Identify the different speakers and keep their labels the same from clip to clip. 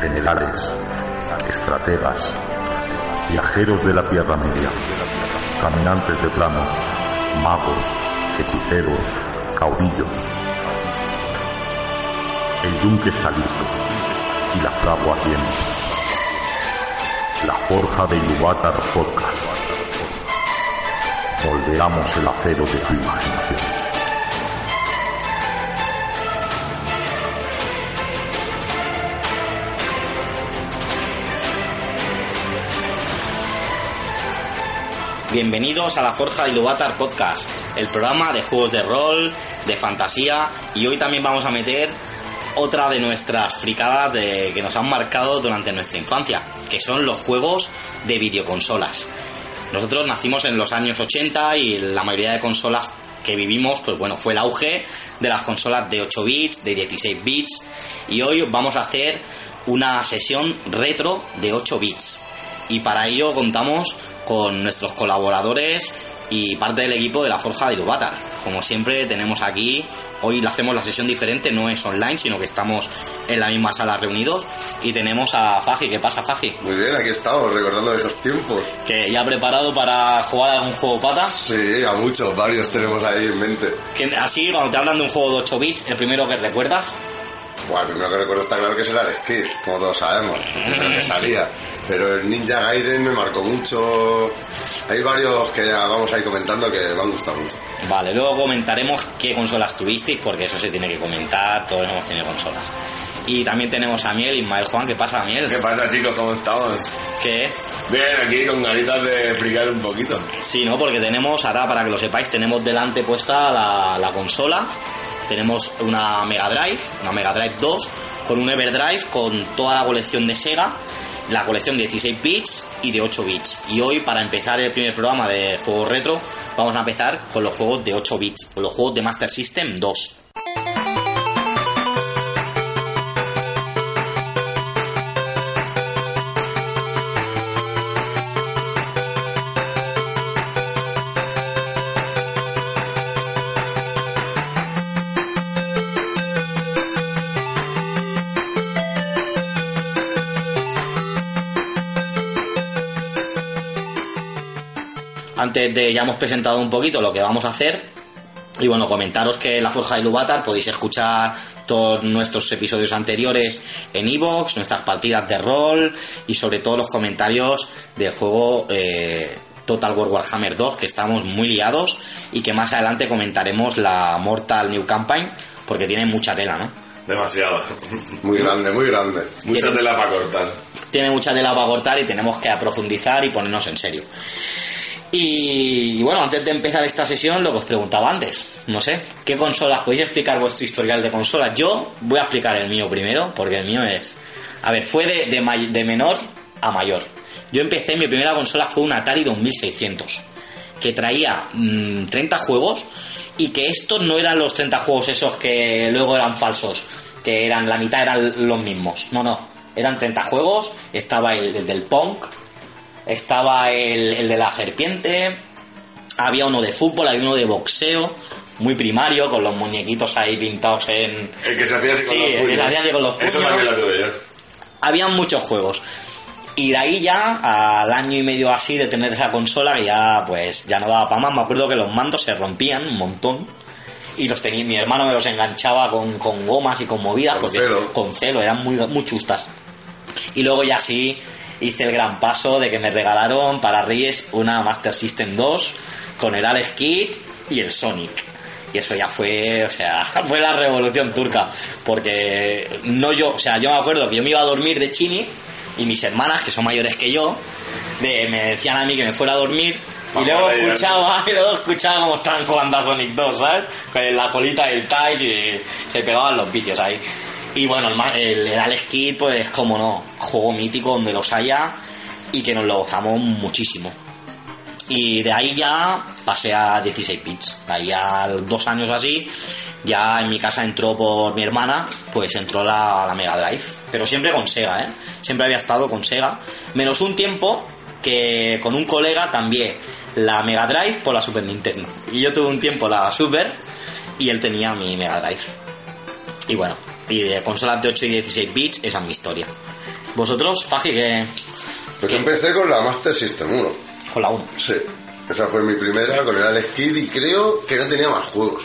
Speaker 1: generales, estrategas, viajeros de la Tierra Media, caminantes de planos, magos, hechiceros, caudillos. El yunque está listo y la fragua tiene. La forja de Iluvatar Podcast. Moldeamos el acero de tu imaginación.
Speaker 2: Bienvenidos a la Forja de Iluvatar Podcast, el programa de juegos de rol, de fantasía y hoy también vamos a meter otra de nuestras fricadas de- que nos han marcado durante nuestra infancia, que son los juegos de videoconsolas. Nosotros nacimos en los años 80 y la mayoría de consolas que vivimos, pues bueno, fue el auge de las consolas de 8 bits, de 16 bits y hoy vamos a hacer una sesión retro de 8 bits y para ello contamos con nuestros colaboradores y parte del equipo de la Forja de Iluvatar. Como siempre tenemos aquí, hoy la hacemos la sesión diferente, no es online, sino que estamos en la misma sala reunidos y tenemos a Faji. ¿Qué pasa, Faji?
Speaker 3: Muy bien, aquí estamos, recordando esos tiempos.
Speaker 2: Que ya preparado para jugar a algún juego pata.
Speaker 3: Sí, a muchos, varios tenemos ahí en mente.
Speaker 2: Que así, cuando te hablan de un juego de 8 bits, el primero que recuerdas,
Speaker 3: Bueno, el primero que recuerdo está claro que será el Skid, como todos sabemos, el primero que salía. Pero el Ninja Gaiden me marcó mucho. Hay varios que ya vamos a ir comentando que me han gustado mucho.
Speaker 2: Vale, luego comentaremos qué consolas tuvisteis, porque eso se tiene que comentar, todos hemos tenido consolas. Y también tenemos a Miel, Ismael Juan, ¿qué pasa, Miel?
Speaker 4: ¿Qué pasa chicos? ¿Cómo estamos?
Speaker 2: ¿Qué?
Speaker 4: Bien, aquí con ganitas de fricar un poquito.
Speaker 2: Sí, ¿no? Porque tenemos, ahora para que lo sepáis, tenemos delante puesta la, la consola. Tenemos una Mega Drive, una Mega Drive 2, con un Everdrive, con toda la colección de Sega, la colección de 16 bits y de 8 bits. Y hoy, para empezar el primer programa de juegos retro, vamos a empezar con los juegos de 8 bits, con los juegos de Master System 2. Antes de ya hemos presentado un poquito lo que vamos a hacer. Y bueno, comentaros que La Forja de Lubatar podéis escuchar todos nuestros episodios anteriores en Evox, nuestras partidas de rol y sobre todo los comentarios del juego eh, Total War Warhammer 2, que estamos muy liados y que más adelante comentaremos la Mortal New Campaign, porque tiene mucha tela, ¿no?
Speaker 4: Demasiado.
Speaker 3: Muy grande, muy grande.
Speaker 4: Mucha tela para cortar.
Speaker 2: tiene mucha tela para cortar y tenemos que profundizar y ponernos en serio. Y, y bueno, antes de empezar esta sesión, lo que os preguntaba antes, no sé, ¿qué consolas? ¿Podéis explicar vuestro historial de consolas? Yo voy a explicar el mío primero, porque el mío es. A ver, fue de, de may- de menor a mayor. Yo empecé, mi primera consola fue un Atari 2600, que traía mm, 30 juegos y que estos no eran los 30 juegos esos que luego eran falsos, que eran la mitad eran los mismos. No, no, eran 30 juegos, estaba el, el del Punk, estaba el, el de la serpiente, había uno de fútbol, había uno de boxeo, muy primario, con los muñequitos ahí pintados en...
Speaker 4: El que se hacía así
Speaker 2: Sí,
Speaker 4: con los
Speaker 2: el que
Speaker 4: puños.
Speaker 2: se hacía así con los
Speaker 4: Eso
Speaker 2: puños.
Speaker 4: también lo tuve yo.
Speaker 2: Había muchos juegos. Y de ahí ya, al año y medio así de tener esa consola, que ya pues ya no daba para más, me acuerdo que los mandos se rompían un montón. Y los tenía, mi hermano me los enganchaba con, con gomas y con movidas,
Speaker 3: Con
Speaker 2: porque-
Speaker 3: celo.
Speaker 2: con celo, eran muy, muy chustas. Y luego ya sí hice el gran paso de que me regalaron para Reyes una Master System 2 con el Alex Kid y el Sonic. Y eso ya fue, o sea, fue la revolución turca. Porque no yo, o sea, yo me acuerdo que yo me iba a dormir de chini y mis hermanas, que son mayores que yo, de- me decían a mí que me fuera a dormir. Y
Speaker 4: Vamos
Speaker 2: luego,
Speaker 4: a leer.
Speaker 2: escuchaba, y luego escuchaba cómo estaban jugando a Sonic 2, ¿sabes? Con la colita del Tiles y se pegaban los vicios ahí. Y bueno, el, ma- el, el Alex Kidd, pues como no, juego mítico donde los haya y que nos lo gozamos muchísimo. Y de ahí ya pasé a 16 bits. Ahí a dos años así, ya en mi casa entró por mi hermana, pues entró la, la Mega Drive. Pero siempre con Sega, ¿eh? Siempre había estado con Sega. Menos un tiempo que con un colega cambié la Mega Drive por la Super Nintendo. Y yo tuve un tiempo la Super y él tenía mi Mega Drive. Y bueno, y de consolas de 8 y 16 bits, esa es mi historia. ¿Vosotros, Faji, que
Speaker 3: Pues yo empecé con la Master System 1.
Speaker 2: con la 1?
Speaker 3: Sí. Esa fue mi primera con el Alex Kidd y creo que no tenía más juegos.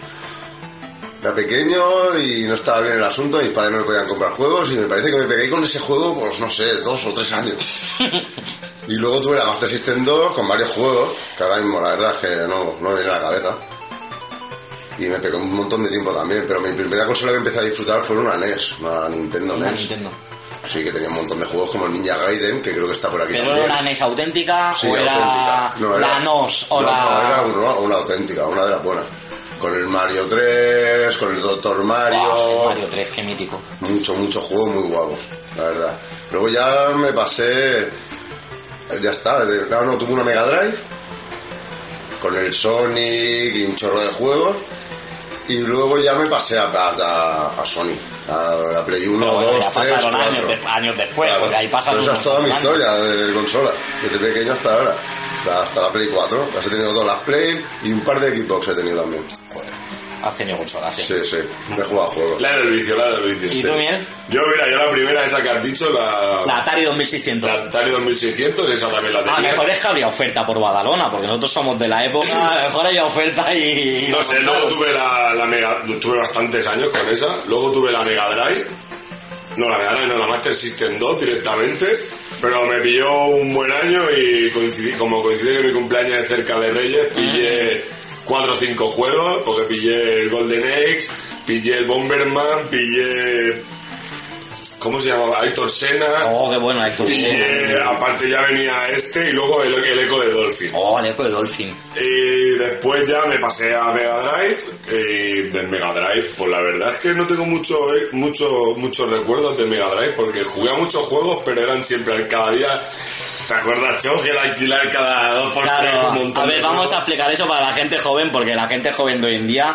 Speaker 3: Era pequeño y no estaba bien el asunto, mis padres no me podían comprar juegos y me parece que me pegué con ese juego, pues no sé, dos o tres años. Y luego tuve la Master System 2 con varios juegos, que ahora mismo la verdad es que no, no me viene a la cabeza. Y me pegó un montón de tiempo también, pero mi primera consola que empecé a disfrutar fue una NES, una Nintendo
Speaker 2: Con la
Speaker 4: Pues,
Speaker 3: NES.
Speaker 2: Nintendo.
Speaker 3: Sí, que tenía un montón de juegos como el Ninja Gaiden, que creo que está por aquí
Speaker 2: Pero
Speaker 3: también.
Speaker 2: era la NES auténtica
Speaker 3: Sí,
Speaker 2: o era
Speaker 3: auténtica. No,
Speaker 2: la
Speaker 3: era-
Speaker 2: NOS o
Speaker 3: no,
Speaker 2: la...
Speaker 3: no, era una, una auténtica, una de las buenas. Con el Mario 3, con el Doctor Mario.
Speaker 2: Buah, Mario 3, qué mítico.
Speaker 3: Mucho, mucho juego muy guapos, la verdad. Luego ya me pasé. Ya está, de- no, no, tuve una Mega Drive. Con el Sonic y un chorro de juegos. Y luego ya me pasé a, a, a Sony. A la Play 1,
Speaker 2: Pero bueno,
Speaker 3: 2,
Speaker 2: ya
Speaker 3: 3,
Speaker 2: pasaron
Speaker 3: 4.
Speaker 2: años, de- años después,
Speaker 3: Claro.
Speaker 2: porque ahí pasaron
Speaker 3: Pero esa es
Speaker 2: unos
Speaker 3: toda mi
Speaker 2: años.
Speaker 3: historia de consola, desde pequeño hasta ahora. La- Hasta la Play 4. Las he tenido todas las Play y un par de Xbox he tenido también.
Speaker 2: Joder, has tenido consolas, sí.
Speaker 3: Sí, sí. Me he jugado a juegos.
Speaker 4: La del vicio, la del vicio.
Speaker 2: ¿Y tú, Miguel?
Speaker 4: Yo, mira, yo la primera, esa que has dicho, la,
Speaker 2: La Ah, Atari 2600.
Speaker 4: la Atari 2600, esa también la
Speaker 2: A lo
Speaker 4: tenía.
Speaker 2: mejor es que habría oferta por Badalona, porque nosotros somos de la época, a lo mejor había oferta y...
Speaker 4: No sé, luego tuve la, la Mega... Tuve bastantes años con esa. Luego tuve la Mega Drive. No, la Mega Drive no, la Master System 2 directamente. Pero me pilló un buen año y coincidí, como coincide que mi cumpleaños es cerca de Reyes, pillé cuatro o cinco juegos, porque pillé el Golden Age, pillé el Bomberman, pillé... ¿Cómo se llamaba? Aitor Senna.
Speaker 2: Oh, qué bueno, Héctor.
Speaker 4: Pillé,
Speaker 3: eh.
Speaker 4: aparte ya venía este y luego el, el Eco de Dolphin.
Speaker 2: Oh, el Eco de Dolphin.
Speaker 4: Y después ya me pasé a Mega Drive y del Mega Drive, pues la verdad es que no tengo mucho, eh, mucho, muchos recuerdos de Mega Drive porque jugué a muchos juegos pero eran siempre al- cada día. ¿Te acuerdas, Cho, que era alquilar cada dos por tres un
Speaker 2: Claro,
Speaker 4: montón
Speaker 2: a
Speaker 4: de
Speaker 2: ver, vamos a
Speaker 4: juegos?
Speaker 2: explicar eso para la gente joven, porque la gente joven de hoy en día,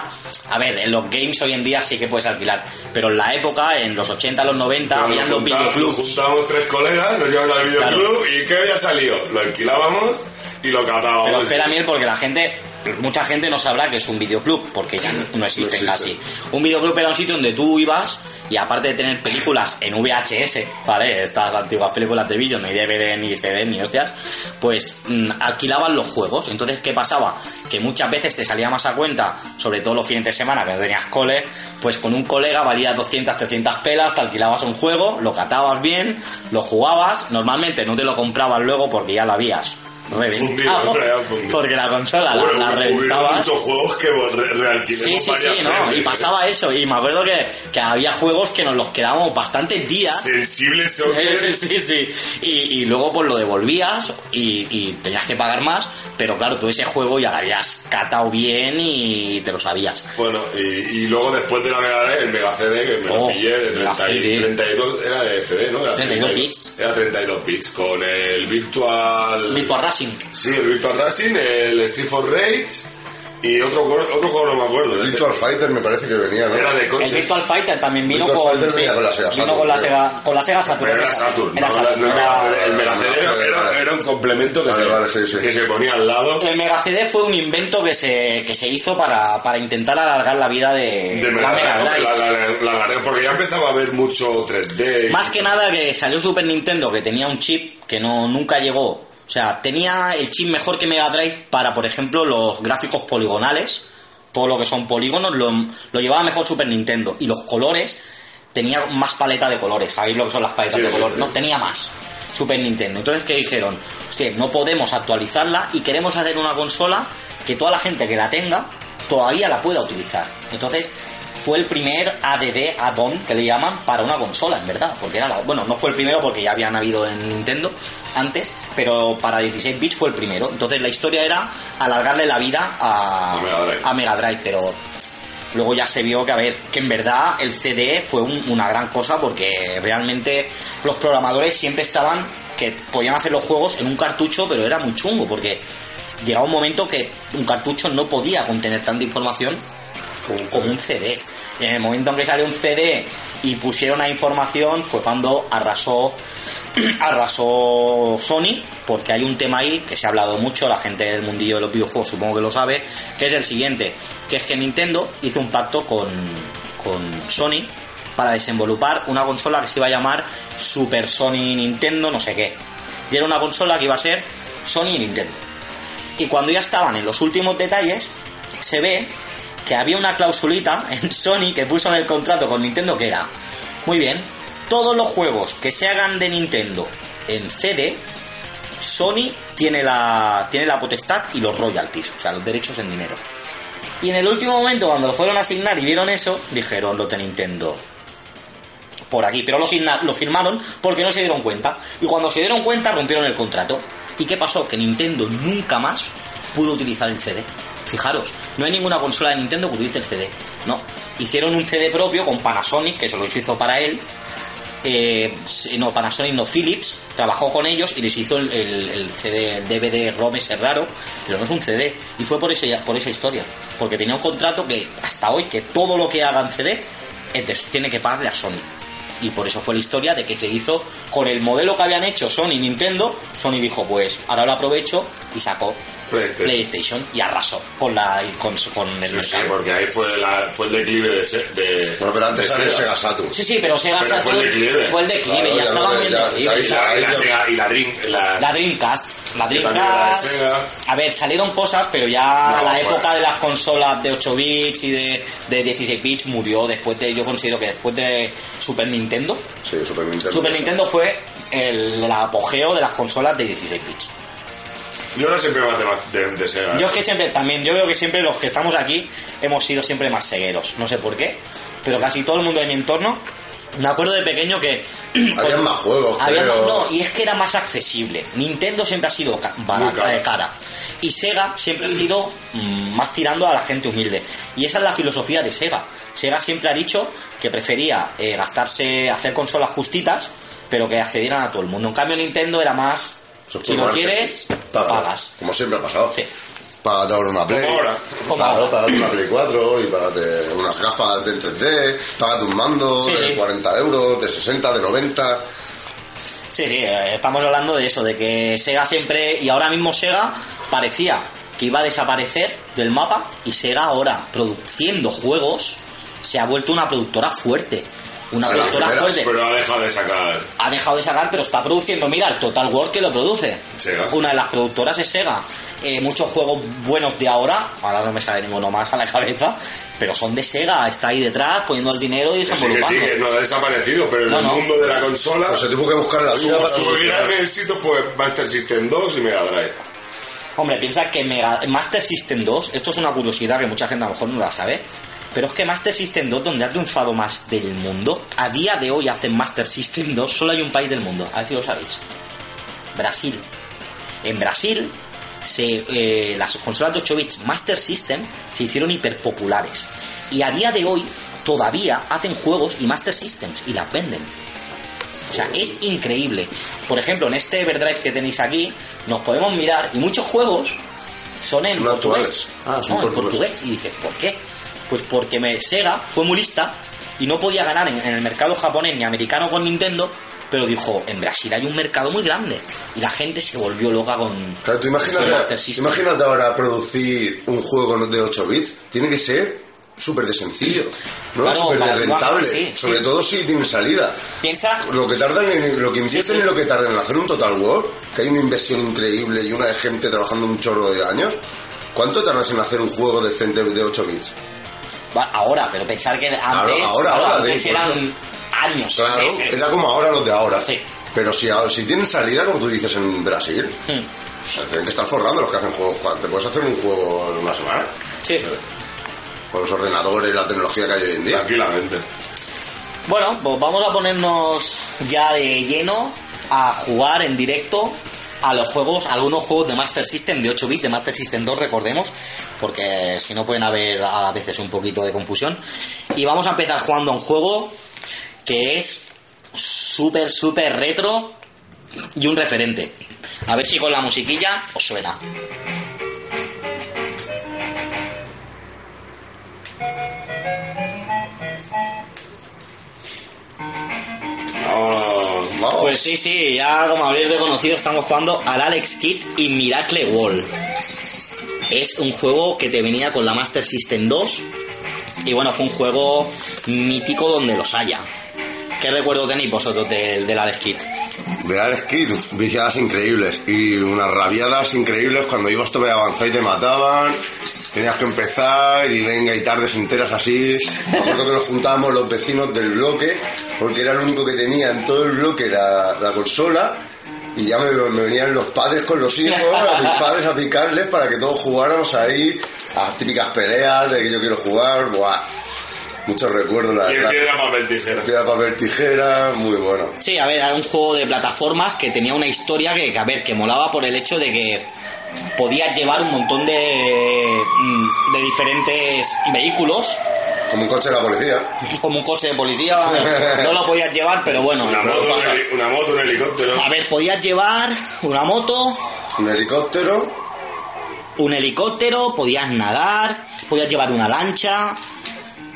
Speaker 2: a ver, en los games hoy en día sí que puedes alquilar, pero en la época, en los 80, los 90,
Speaker 4: Claro,
Speaker 2: habían
Speaker 4: nos
Speaker 2: los
Speaker 4: junta- nos
Speaker 2: videoclubs.
Speaker 4: juntábamos tres colegas, nos llevamos al
Speaker 2: Claro.
Speaker 4: videoclub y ¿qué había salido? Lo alquilábamos y lo catábamos.
Speaker 2: Pero espera, Miel, porque la gente, mucha gente no sabrá que es un videoclub, porque ya no existen
Speaker 3: existe.
Speaker 2: casi. Un videoclub era un sitio donde tú ibas y aparte de tener películas en VHS, ¿vale? Estas antiguas películas de vídeo, no hay DVD, ni CD, ni hostias, pues mm, alquilaban los juegos. Entonces, ¿qué pasaba? Que muchas veces te salía más a cuenta, sobre todo los fines de semana que no tenías cole, pues con un colega valía 200, 300 pelas, te alquilabas un juego, lo catabas bien, lo jugabas, normalmente no te lo comprabas luego porque ya lo habías reventado,
Speaker 4: Fundido, lo habías fundido.
Speaker 2: porque la consola la,
Speaker 4: Bueno,
Speaker 2: la
Speaker 4: hubo- hubo
Speaker 2: reventabas.
Speaker 4: muchos juegos que vol- re- realquilamos
Speaker 2: Sí, sí,
Speaker 4: varias
Speaker 2: sí, no,
Speaker 4: veces.
Speaker 2: y pasaba eso, y me acuerdo que, que había juegos que nos los quedábamos bastantes días.
Speaker 4: Sensible Soccer.
Speaker 2: Sí, sí, sí. Y, y luego pues lo devolvías y, y tenías que pagar más, pero claro, tú ese juego ya lo habías catado bien y te lo sabías.
Speaker 4: Bueno, y, y luego después de la Mega Drive, el Mega CD, que me lo
Speaker 2: Oh,
Speaker 4: pillé de 30 y-
Speaker 2: la CD.
Speaker 4: 32, era de CD, ¿no? Era
Speaker 2: 32 bits.
Speaker 4: Era 32 bits, con el Virtual...
Speaker 2: Virtua Racing.
Speaker 4: Sí, el Virtual Racing, el Street for Rage y otro, juego- otro juego no me acuerdo. ¿eh?
Speaker 3: El Virtual Fighter me parece que venía, ¿no?
Speaker 4: Era de
Speaker 2: El
Speaker 4: coche.
Speaker 2: Virtual Fighter también vino
Speaker 3: Virtua
Speaker 2: con,
Speaker 3: Fighter venía con la Sega
Speaker 2: vino
Speaker 3: Saturn,
Speaker 2: con la
Speaker 3: creo.
Speaker 2: Sega, con la Sega Saturn.
Speaker 4: Pero era
Speaker 2: esa-
Speaker 4: Saturn,
Speaker 2: era
Speaker 4: no,
Speaker 2: Saturn,
Speaker 4: no, no,
Speaker 2: era-
Speaker 4: era- el Mega CD era, era- era un complemento que,
Speaker 3: Ah, Vale,
Speaker 4: se,
Speaker 3: vale, sí, sí.
Speaker 4: que se ponía al lado
Speaker 2: El Mega CD fue un invento que se, que se hizo para, para intentar alargar la vida de,
Speaker 4: de
Speaker 2: la
Speaker 4: Mega
Speaker 2: Mega
Speaker 4: Drive,
Speaker 2: Drive.
Speaker 4: ¿no? La- la- la- la- la- porque ya empezaba a haber mucho 3D. y-
Speaker 2: Más que nada que salió Super Nintendo que tenía un chip que no nunca llegó. O sea, tenía el chip mejor que Mega Drive para, por ejemplo, los gráficos poligonales. Todo lo que son polígonos lo, lo llevaba mejor Super Nintendo. Y los colores, tenía más paleta de colores. Sabéis lo que son las paletas
Speaker 4: Sí,
Speaker 2: de
Speaker 4: sí,
Speaker 2: color.
Speaker 4: sí.
Speaker 2: No, tenía más. Super Nintendo. Entonces, ¿qué dijeron? Hostia, no podemos actualizarla y queremos hacer una consola que toda la gente que la tenga todavía la pueda utilizar. Entonces, fue el primer ADD add-on que le llaman para una consola, en verdad. Porque era la- bueno, no fue el primero porque ya habían habido en Nintendo antes, pero para 16 bits fue el primero. Entonces, la historia era alargarle la vida a,
Speaker 4: A Mega Drive.
Speaker 2: a Mega Drive, pero Luego ya se vio que, a ver, que en verdad el CD fue un- una gran cosa porque realmente los programadores siempre estaban que podían hacer los juegos en un cartucho, pero era muy chungo porque llegaba un momento que un cartucho no podía contener tanta información como, como un CD. Y en el momento en que salió un CD y pusieron la información fue cuando arrasó arrasó Sony porque hay un tema ahí que se ha hablado mucho, la gente del mundillo de los videojuegos supongo que lo sabe, que es el siguiente, que es que Nintendo hizo un pacto con, con Sony para desenvolupar una consola que se iba a llamar Super Sony Nintendo, no sé qué. Y era una consola que iba a ser Sony y Nintendo. Y cuando ya estaban en los últimos detalles, se ve que había una clausulita en Sony que puso en el contrato con Nintendo que era, muy bien, todos los juegos que se hagan de Nintendo en CD, Sony tiene la, tiene la potestad y los royalties, o sea, los derechos en dinero. Y en el último momento, cuando lo fueron a asignar y vieron eso, dijeron los de Nintendo. Por aquí, pero lo, signa- lo firmaron porque no se dieron cuenta. Y cuando se dieron cuenta, rompieron el contrato. ¿Y qué pasó? Que Nintendo nunca más pudo utilizar el CD. Fijaros, no hay ninguna consola de Nintendo que utilice el CD. No. Hicieron un CD propio con Panasonic, que se lo hizo para él, eh, no Panasonic, no Philips, trabajó con ellos y les hizo el, el- el CD, el DVD ROM ese raro, pero no es un CD. Y fue por, ese, por esa historia, porque tenía un contrato que hasta hoy, que todo lo que hagan CD, es de- eh, tiene que pagarle a Sony. Y por eso fue la historia de que se hizo con el modelo que habían hecho Sony y Nintendo. Sony dijo, pues ahora lo aprovecho y sacó
Speaker 4: PlayStation.
Speaker 2: PlayStation y arrasó con, la, con, con el
Speaker 4: Sí, sí,
Speaker 2: mercado.
Speaker 4: porque ahí fue, la, fue el declive de... Se- de
Speaker 3: Bueno, pero antes
Speaker 4: de
Speaker 3: salió
Speaker 4: Sega.
Speaker 3: Sega Saturn.
Speaker 2: Sí, sí, pero Sega
Speaker 4: Pero fue el
Speaker 2: Saturn
Speaker 4: declive.
Speaker 2: fue el declive,
Speaker 3: Claro,
Speaker 2: ya
Speaker 3: ya
Speaker 2: estaba
Speaker 3: no-
Speaker 2: muy en
Speaker 3: ya-
Speaker 4: Y
Speaker 2: declive.
Speaker 4: la,
Speaker 3: ahí ya-
Speaker 4: y la Sega y la Dream... la-
Speaker 2: La Dreamcast. La
Speaker 4: también era de
Speaker 2: Dreamcast.
Speaker 4: Sega.
Speaker 2: A ver, salieron cosas, pero ya
Speaker 4: No,
Speaker 2: la
Speaker 4: bueno.
Speaker 2: época de las consolas de 8 bits y de, de 16 bits murió después de, yo considero que después de Super Nintendo.
Speaker 3: Sí, Super Nintendo.
Speaker 2: Super Nintendo fue el, el apogeo de las consolas de 16 bits.
Speaker 4: Yo no siempre más de, más de, de Sega. eh.
Speaker 2: Yo es que siempre, también, yo creo que siempre los que estamos aquí hemos sido siempre más cegueros, no sé por qué, pero casi todo el mundo de mi entorno. Me acuerdo de pequeño que. pues,
Speaker 3: Habían más juegos,
Speaker 2: Había
Speaker 3: creo.
Speaker 2: más- no, y es que era más accesible. Nintendo siempre ha sido ca- barata,
Speaker 4: cara.
Speaker 2: eh, cara. Y Sega siempre ha sido mm, más tirando a la gente humilde. Y esa es la filosofía de Sega. Sega siempre ha dicho que prefería eh, gastarse, hacer consolas justitas, pero que accedieran a todo el mundo. En cambio, Nintendo era más.
Speaker 3: Eso fue
Speaker 2: Si lo
Speaker 3: marketing.
Speaker 2: quieres,
Speaker 3: Págalo,
Speaker 2: pagas.
Speaker 3: Como siempre ha pasado.
Speaker 2: Sí.
Speaker 3: Págate ahora una Play.
Speaker 4: Como ahora.
Speaker 2: Como
Speaker 3: Claro,
Speaker 2: ahora.
Speaker 3: págate una Play 4 y págate unas gafas de 3D, págate un mando
Speaker 2: Sí,
Speaker 3: de
Speaker 2: sí.
Speaker 3: 40 euros, de 60, de 90.
Speaker 2: Sí, sí, eh, estamos hablando de eso, de que Sega siempre, y ahora mismo Sega parecía que iba a desaparecer del mapa y Sega ahora, produciendo juegos, se ha vuelto una productora fuerte. Una
Speaker 3: Sega,
Speaker 2: productora
Speaker 3: primera,
Speaker 2: fuerte.
Speaker 4: Pero ha dejado de sacar...
Speaker 2: Ha dejado de sacar, pero está produciendo, mira, el Total War que lo produce.
Speaker 4: Sega.
Speaker 2: Una de las productoras es Sega. Eh, muchos juegos buenos de ahora, ahora no me sale ninguno más a la cabeza, pero son de Sega, está ahí detrás poniendo el dinero y
Speaker 4: Que Sí, que sí,
Speaker 2: desenvolupando.
Speaker 4: que no ha desaparecido, pero en
Speaker 2: No,
Speaker 4: el
Speaker 2: no.
Speaker 4: mundo de la consola...
Speaker 3: O sea, tuvo que buscar la
Speaker 4: su,
Speaker 3: vida para
Speaker 4: su
Speaker 3: solucionar.
Speaker 4: gran éxito fue Master System 2 y Mega Drive.
Speaker 2: Hombre, piensa que Mega- Master System 2, esto es una curiosidad que mucha gente a lo mejor no la sabe, pero es que Master System 2, donde ha triunfado más del mundo, a día de hoy hacen Master System 2, solo hay un país del mundo, a ver si lo sabéis. Brasil. En Brasil, se, eh, las consolas de 8 bits Master System se hicieron hiperpopulares. Y a día de hoy todavía hacen juegos y Master Systems y las venden. O sea, es increíble. Por ejemplo, en este Everdrive que tenéis aquí, nos podemos mirar y muchos juegos son en
Speaker 3: Son
Speaker 2: portugués.
Speaker 3: actuales. Ah, son
Speaker 2: No, en
Speaker 3: portugués.
Speaker 2: portugués. Y dices, ¿por qué? Pues porque me- Sega fue muy lista y no podía ganar en, en el mercado japonés ni americano con Nintendo, pero dijo, en Brasil hay un mercado muy grande. Y la gente se volvió loca con...
Speaker 3: Claro, tú
Speaker 2: con
Speaker 3: imagínate,
Speaker 2: Master System.
Speaker 3: imagínate ahora producir un juego de 8 bits. Tiene que ser súper de sencillo, ¿no?
Speaker 2: Claro,
Speaker 3: súper de
Speaker 2: para-
Speaker 3: rentable.
Speaker 2: sí,
Speaker 3: sobre
Speaker 2: sí.
Speaker 3: todo si tiene salida.
Speaker 2: Piensa...
Speaker 3: Lo que tardan en, lo que invierten
Speaker 2: Sí, sí.
Speaker 3: en lo que tardan en hacer un Total War, que hay una inversión increíble y una gente trabajando un chorro de años. ¿Cuánto tardas en hacer un juego decente de 8 bits?
Speaker 2: va- Ahora, pero pensar que antes,
Speaker 3: ahora,
Speaker 2: claro,
Speaker 3: ahora,
Speaker 2: antes
Speaker 3: de- por
Speaker 2: eran años.
Speaker 3: Claro,
Speaker 2: meses.
Speaker 3: era como ahora los de ahora.
Speaker 2: Sí.
Speaker 3: Pero si, ahora- si tienen salida, como tú dices, en Brasil,
Speaker 2: Hmm.
Speaker 3: o sea, tienen que estar forrando los que hacen juegos. Juan, ¿Te puedes hacer un juego en una semana?
Speaker 2: Sí.
Speaker 3: Con los ordenadores, la tecnología que hay hoy en día.
Speaker 4: Tranquilamente.
Speaker 2: Bueno, pues vamos a ponernos ya de lleno a jugar en directo a los juegos, a algunos juegos de Master System de 8 bits, de Master System 2, recordemos, porque si no pueden haber a veces un poquito de confusión. Y vamos a empezar jugando a un juego que es súper, súper retro y un referente. A ver si con la musiquilla os suena.
Speaker 4: Ahora,
Speaker 3: Vamos.
Speaker 2: Pues sí, sí, ya como habréis reconocido, estamos jugando al Alex Kidd y Miracle Wall. Es un juego que te venía con la Master System 2 Y bueno, fue un juego mítico donde los haya. ¿Qué recuerdo tenéis vosotros del de Alex Kid?
Speaker 3: De Alex Kidd, viciadas increíbles y unas rabiadas increíbles cuando ibas tope de avanzada y te mataban. Tenías que empezar y venga y tardes enteras así. Me acuerdo que nos juntábamos los vecinos del bloque porque era el único que tenía en todo el bloque la, la consola y ya me, me venían los padres con los hijos, a mis padres a picarles para que todos jugáramos ahí a las típicas peleas de que yo quiero jugar. Buah. Muchos recuerdos, la
Speaker 4: Y en
Speaker 3: verdad.
Speaker 4: piedra, papel, tijera.
Speaker 3: Piedra, papel, tijera, muy bueno.
Speaker 2: Sí, a ver, era un juego de plataformas que tenía una historia que, que, a ver, que molaba por el hecho de que podías llevar un montón de, mm, de diferentes vehículos,
Speaker 3: Como un coche de la policía.
Speaker 2: como un coche de policía, no lo podías llevar, pero bueno,
Speaker 4: Una
Speaker 2: luego
Speaker 4: moto, un
Speaker 2: pasa.
Speaker 4: heli- una moto, un helicóptero.
Speaker 2: a ver, podías llevar una moto,
Speaker 3: un helicóptero,
Speaker 2: un helicóptero, podías nadar, podías llevar una lancha.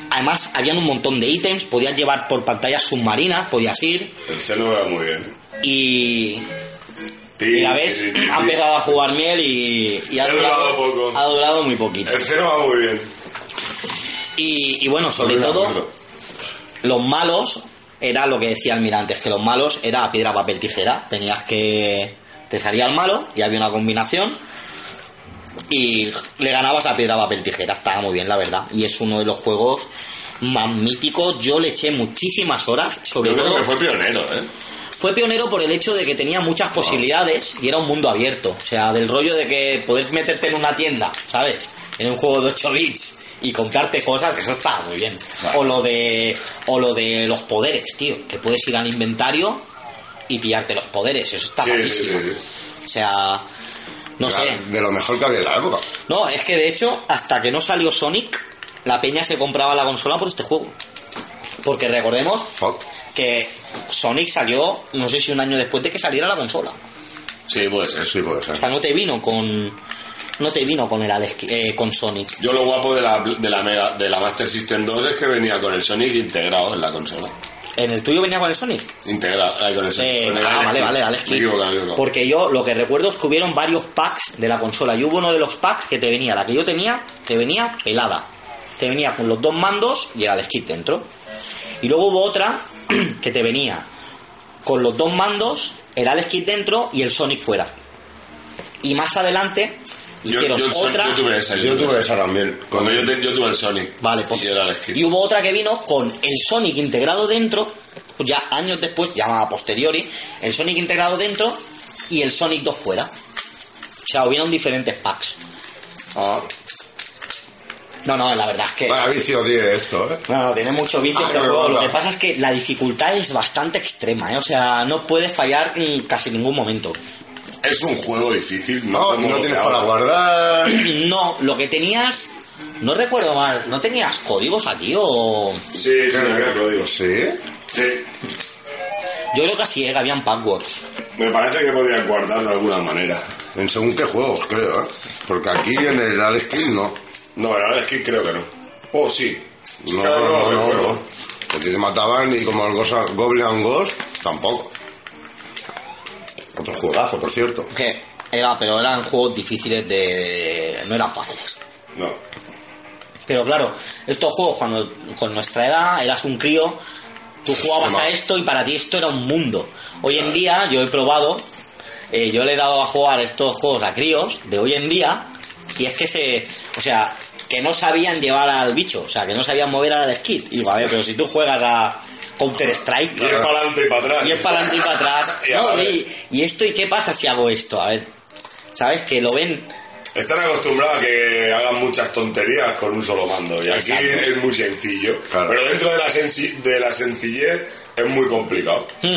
Speaker 2: Además, habían un montón de ítems, podías llevar por pantallas submarinas, podías ir.
Speaker 4: El celo va muy bien.
Speaker 2: Y,
Speaker 4: Ti,
Speaker 2: y la vez
Speaker 4: ti, ti, ti.
Speaker 2: ha empezado a jugar miel y, y ha,
Speaker 4: Ha durado poco.
Speaker 2: ha durado muy poquito.
Speaker 4: El celo va muy bien.
Speaker 2: Y, y bueno, sobre todo, los malos, era lo que decía el mira antes, que los malos era piedra, papel, tijera. Tenías que. Te salía el malo y había una combinación. Y le ganabas a piedra, papel, tijera. Estaba muy bien, la verdad. Y es uno de los juegos más míticos. Yo le eché muchísimas horas, sobre
Speaker 4: Yo creo
Speaker 2: todo.
Speaker 4: que fue pionero, ¿eh?
Speaker 2: Fue pionero por el hecho de que tenía muchas posibilidades y era un mundo abierto. O sea, del rollo de que poder meterte en una tienda, ¿sabes? En un juego de 8 bits y comprarte cosas, eso estaba muy bien. O lo de o lo de los poderes, tío. Que puedes ir al inventario y pillarte los poderes. Eso está
Speaker 4: Sí, sí,
Speaker 2: buenísimo.
Speaker 4: sí, sí.
Speaker 2: O sea, no
Speaker 3: Era
Speaker 2: sé.
Speaker 3: de lo mejor que había en la época.
Speaker 2: No, es que de hecho, hasta que no salió Sonic, la peña se compraba la consola por este juego. Porque recordemos
Speaker 3: Fuck.
Speaker 2: que Sonic salió, no sé si un año después de que saliera la consola. O
Speaker 4: Sí, puede ser.
Speaker 3: Sí, puede ser.
Speaker 2: sea, no te vino con. No te vino con el Alex- eh, con Sonic.
Speaker 4: Yo lo guapo de la, de la Mega, de la Master System 2 es que venía con el Sonic integrado en la consola.
Speaker 2: ¿En el tuyo venía con el Sonic?
Speaker 4: Integrado, ay, con el Sonic.
Speaker 2: Eh,
Speaker 4: con el
Speaker 2: ah,
Speaker 4: Alex
Speaker 2: vale,
Speaker 4: Kidd.
Speaker 2: vale, Alex
Speaker 4: Me
Speaker 2: Kidd.
Speaker 4: he equivocado, me he equivocado.
Speaker 2: Porque yo lo que recuerdo es que hubieron varios packs de la consola. Y hubo uno de los packs que te venía, la que yo tenía, te venía pelada. Te venía con los dos mandos y el Alex Kidd dentro. Y luego hubo otra que te venía con los dos mandos, el Alex Kidd dentro y el Sonic fuera. Y más adelante
Speaker 4: Yo,
Speaker 2: hicieron
Speaker 4: yo el Sonic-
Speaker 2: otra.
Speaker 4: yo tuve esa.
Speaker 3: Yo tuve esa también.
Speaker 4: Cuando yo, te- yo tuve el Sonic.
Speaker 2: Vale, pues.
Speaker 4: Y el Alex Kidd.
Speaker 2: Y hubo otra que vino con el Sonic integrado dentro, ya años después, llamada posteriori, el Sonic integrado dentro y el Sonic 2 fuera. O sea, hubieron diferentes packs.
Speaker 3: Ah.
Speaker 2: No, no, la verdad es que.
Speaker 3: Vaya vicio tiene esto, ¿eh?
Speaker 2: No, no, tiene mucho vicio
Speaker 3: Ah,
Speaker 2: este
Speaker 3: no, no,
Speaker 2: juego. Lo
Speaker 3: no.
Speaker 2: que pasa es que la dificultad es bastante extrema, ¿eh? O sea, no puedes fallar en casi ningún momento.
Speaker 4: Es un juego difícil, ¿no?
Speaker 3: No, Ah, y
Speaker 4: Como
Speaker 3: no
Speaker 4: lo
Speaker 3: tienes
Speaker 4: que
Speaker 3: para
Speaker 4: ahora.
Speaker 3: guardar.
Speaker 2: No, lo que tenías. No recuerdo mal, ¿no tenías códigos aquí o.?
Speaker 4: Sí, sí, me lo digo.
Speaker 3: Sí.
Speaker 4: Sí.
Speaker 2: Yo creo que así, ¿eh? Que habían passwords.
Speaker 4: Me parece que podían guardar de alguna manera.
Speaker 3: En según qué juegos, creo, ¿eh? Porque aquí en el Alex Kidd no.
Speaker 4: No, la verdad es que creo que no. Oh, sí.
Speaker 3: No,
Speaker 4: Claro,
Speaker 3: no, no,
Speaker 4: recuerdo.
Speaker 3: no. Porque te mataban y como el Gosa- Goblin and Ghost, tampoco. Otro juegazo, por cierto.
Speaker 2: Que era, pero eran juegos difíciles de. no eran fáciles.
Speaker 4: No.
Speaker 2: Pero claro, estos juegos cuando con nuestra edad eras un crío, tú jugabas a esto y para ti esto era un mundo. Hoy en día yo he probado, eh, yo le he dado a jugar estos juegos a críos de hoy en día y es que se, o sea, que no sabían llevar al bicho, o sea, que no sabían mover al skid. Y digo, a ver, pero si tú juegas a Counter Strike,
Speaker 4: Y es para adelante y para atrás.
Speaker 2: y es para adelante y para atrás.
Speaker 4: Ya,
Speaker 2: No,
Speaker 4: vale.
Speaker 2: y, y esto, ¿y qué pasa si hago esto? A ver, ¿sabes? Que lo ven.
Speaker 4: Están acostumbrados a que hagan muchas tonterías con un solo mando. Y aquí
Speaker 2: Exacto.
Speaker 4: es muy sencillo.
Speaker 3: Claro.
Speaker 4: Pero dentro de la, senci- de la sencillez es muy complicado.
Speaker 2: Mm.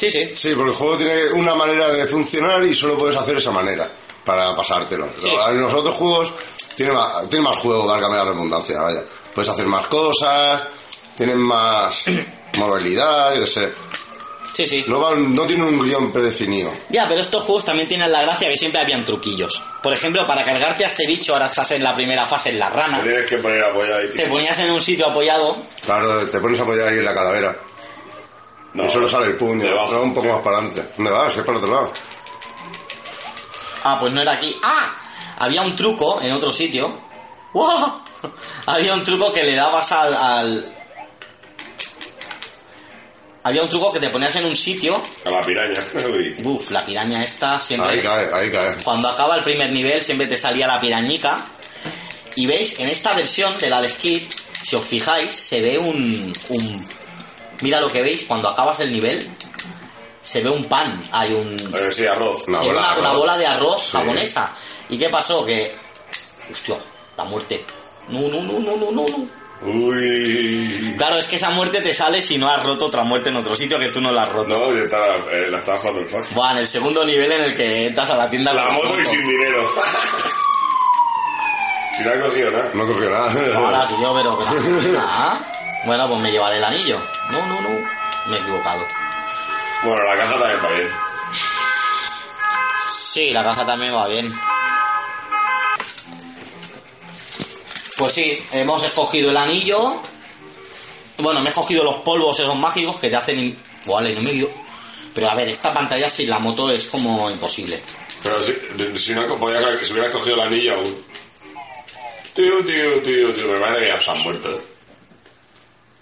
Speaker 2: Sí, sí.
Speaker 3: Sí, porque el juego tiene una manera de funcionar y solo puedes hacer esa manera para pasártelo.
Speaker 2: Sí.
Speaker 3: Pero En los otros juegos tiene más, tiene más juego, válgame la redundancia, vaya. Puedes hacer más cosas, tienen más movilidad, yo qué sé.
Speaker 2: Sí, sí.
Speaker 3: No, van, no tienen un guión predefinido.
Speaker 2: Ya, pero estos juegos también tienen la gracia que siempre habían truquillos. Por ejemplo, para cargarte a este bicho, ahora estás en la primera fase, en la
Speaker 4: Te
Speaker 2: rana.
Speaker 4: tienes que poner apoyado y
Speaker 2: Te ponías en un sitio apoyado.
Speaker 3: Claro, te pones a apoyar ahí en la calavera. y solo sale el puño,
Speaker 4: Debajo.
Speaker 3: ¿no? un poco más para adelante. ¿Dónde vas? Es para el otro lado.
Speaker 2: Ah, pues no era aquí. ¡Ah! Había un truco en otro sitio. ¡Guau! había un truco que le dabas al, al- Había un truco que te ponías en un sitio.
Speaker 4: A la piraña. Uy.
Speaker 2: Uf, la piraña esta siempre.
Speaker 3: Ahí cae, ahí cae.
Speaker 2: Cuando acaba el primer nivel siempre te salía la pirañica. Y veis, en esta versión del Alex Kid, si os fijáis, se ve un, un- Mira lo que veis, cuando acabas el nivel, se ve un pan. Hay un...
Speaker 4: Eh, sí, arroz.
Speaker 3: No. una
Speaker 2: se ve una,
Speaker 3: bola de
Speaker 2: una
Speaker 3: arroz.
Speaker 2: bola de arroz
Speaker 3: Sí.
Speaker 2: japonesa. ¿Y qué pasó? Que... Hostia, la muerte. No, no, no, no, no, no, no.
Speaker 4: Uy.
Speaker 2: Claro, es que esa muerte te sale si no has roto otra muerte en otro sitio que tú no la has roto.
Speaker 4: No, yo estaba, eh, la estaba jugando el fuck.
Speaker 2: Buah, en el segundo nivel en el que entras a la tienda...
Speaker 4: La
Speaker 2: con
Speaker 4: moto y
Speaker 2: moto.
Speaker 4: sin dinero. si no ha cogido nada.
Speaker 3: No cogió
Speaker 2: Ahora,
Speaker 4: Pues,
Speaker 3: nada.
Speaker 2: tío, pero... Ah, Bueno, pues me llevaré el anillo. No, no, no. Me he equivocado.
Speaker 4: Bueno, la caja también está bien.
Speaker 2: Sí, la caja también va bien. Pues sí, hemos escogido el anillo. Bueno, me he cogido los polvos esos mágicos que te hacen... in- Vale, no me guío. Pero a ver, esta pantalla sin la moto es como imposible.
Speaker 4: Pero si, si no, podía, ca- si hubiera cogido el anillo aún. Tío, tío, tío, tío. Me parece que ya están muertos.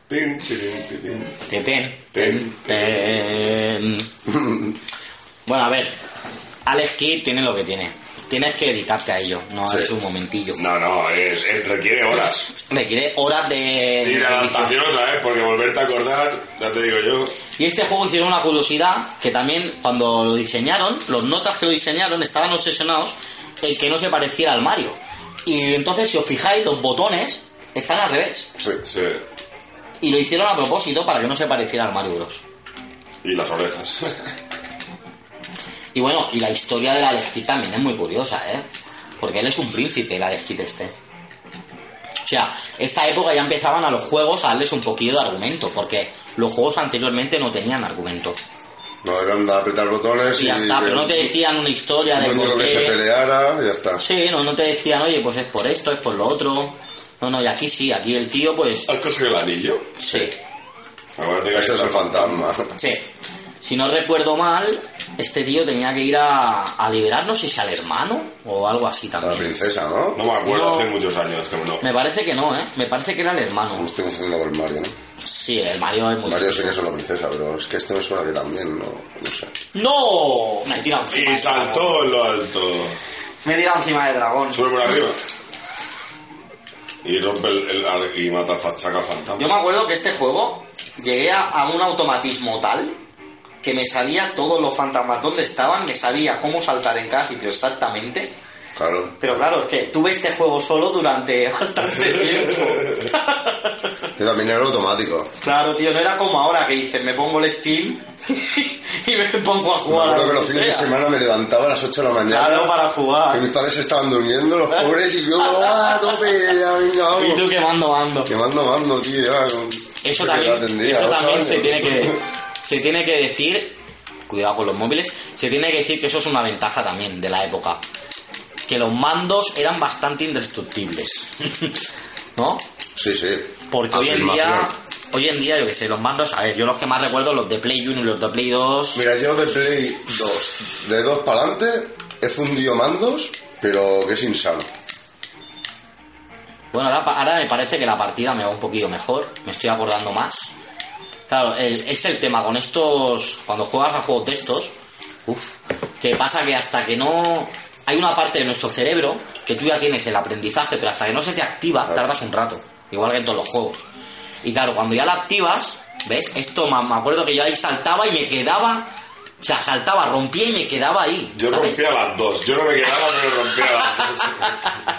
Speaker 4: Tin, tin, tin, tin.
Speaker 2: Teten.
Speaker 4: Ten,
Speaker 2: ten. Bueno, a ver. Alex Kidd tiene lo que tiene. Tienes que dedicarte a ello. No
Speaker 3: Sí.
Speaker 2: es un momentillo.
Speaker 4: No, no, es, es- requiere horas.
Speaker 2: Requiere horas de...
Speaker 4: Y la
Speaker 2: de-
Speaker 4: adaptación otra vez, porque volverte a acordar, ya te digo yo.
Speaker 2: Y este juego hicieron una curiosidad que también cuando lo diseñaron, los notas que lo diseñaron estaban obsesionados en que no se pareciera al Mario. Y entonces, si os fijáis, los botones están al revés.
Speaker 4: Sí, sí.
Speaker 2: Y lo hicieron a propósito para que no se pareciera al Mario Bros.
Speaker 4: Y las orejas.
Speaker 2: Y bueno, y la historia de la Leskit también es muy curiosa, ¿eh? Porque él es un príncipe, la Leskit este. O sea, esta época ya empezaban a los juegos a darles un poquillo de argumento, porque los juegos anteriormente no tenían argumento.
Speaker 3: No, eran de apretar botones y...
Speaker 2: Y ya está, pero no te decían una historia de
Speaker 3: Un
Speaker 2: por
Speaker 3: muñeco que se
Speaker 2: qué.
Speaker 3: peleara y ya está.
Speaker 2: Sí, no, no te decían, oye, pues es por esto, es por lo otro. No, no, y aquí sí, aquí el tío, pues.
Speaker 4: ¿Has cogido el anillo?
Speaker 2: Sí,
Speaker 4: Acuérdate que
Speaker 3: Ese es el fantasma.
Speaker 2: sí. Si no recuerdo mal, este tío tenía que ir a, a liberar, no sé si al hermano o algo así
Speaker 3: La
Speaker 2: también.
Speaker 3: princesa, ¿no?
Speaker 4: No me acuerdo,
Speaker 2: No.
Speaker 4: hace muchos años que no.
Speaker 2: Me parece que no, ¿eh? Me parece que era el hermano.
Speaker 3: Me estoy confundiendo con el Mario, ¿no?
Speaker 2: Sí, el Mario es muy...
Speaker 3: Mario sé que es la princesa, pero es que esto me suena que también, no, no sé.
Speaker 2: ¡No! Me tira encima. este
Speaker 4: Y saltó en lo alto.
Speaker 2: Me tira encima de dragón.
Speaker 4: Sube por arriba. Y rompe el, el ar- y mata a saca al
Speaker 2: Yo me
Speaker 4: fantasma.
Speaker 2: acuerdo que este juego llegué a, a un automatismo tal que me sabía todos los fantasmas dónde estaban, me sabía cómo saltar en cada sitio exactamente.
Speaker 3: Claro.
Speaker 2: Pero claro, es que tuve este juego solo durante bastante tiempo.
Speaker 3: Yo también era automático.
Speaker 2: claro, tío, no era como ahora que dicen, me pongo el Steam y me pongo a
Speaker 3: Me
Speaker 2: jugar. a lo
Speaker 3: acuerdo que los
Speaker 2: que
Speaker 3: fines de
Speaker 2: sea.
Speaker 3: semana me levantaba a las 8 de la mañana.
Speaker 2: Claro, para
Speaker 3: Que
Speaker 2: jugar.
Speaker 3: mis padres estaban durmiendo, los pobres, y yo, ¡ah, tope! Ya, venga, vamos.
Speaker 2: Y tú quemando mando.
Speaker 3: Que mando, mando, tío, ya. con-
Speaker 2: Eso
Speaker 3: que
Speaker 2: también,
Speaker 3: edad tendría,
Speaker 2: eso
Speaker 3: ocho
Speaker 2: también se
Speaker 3: años.
Speaker 2: tiene que se tiene que decir, cuidado con los móviles, se tiene que decir que eso es una ventaja también de la época. Que los mandos eran bastante indestructibles. ¿No?
Speaker 3: Sí, sí.
Speaker 2: Porque hoy en día,
Speaker 3: Afirmación.
Speaker 2: hoy en día, yo que sé, los mandos, a ver, yo los que más recuerdo, los de Play 1 y los de Play 2.
Speaker 3: Mira, yo de Play 2, de 2 para adelante, he fundido mandos, pero que es insano.
Speaker 2: Bueno, ahora, pa- ahora me parece que la partida me va un poquillo mejor, me estoy acordando más. Claro, el- es el tema con estos, cuando juegas a juegos de estos, uff, que pasa que hasta que no... Hay una parte de nuestro cerebro que tú ya tienes el aprendizaje, pero hasta que no se te activa,
Speaker 3: Claro.
Speaker 2: tardas un rato, igual que en todos los juegos. Y claro, cuando ya la activas, ¿ves? Esto ma- me acuerdo que yo ahí saltaba y me quedaba... O sea, saltaba, rompía y me quedaba ahí.
Speaker 4: Yo
Speaker 2: ¿sabes?
Speaker 4: rompía las dos. Yo no me quedaba, pero rompía las dos.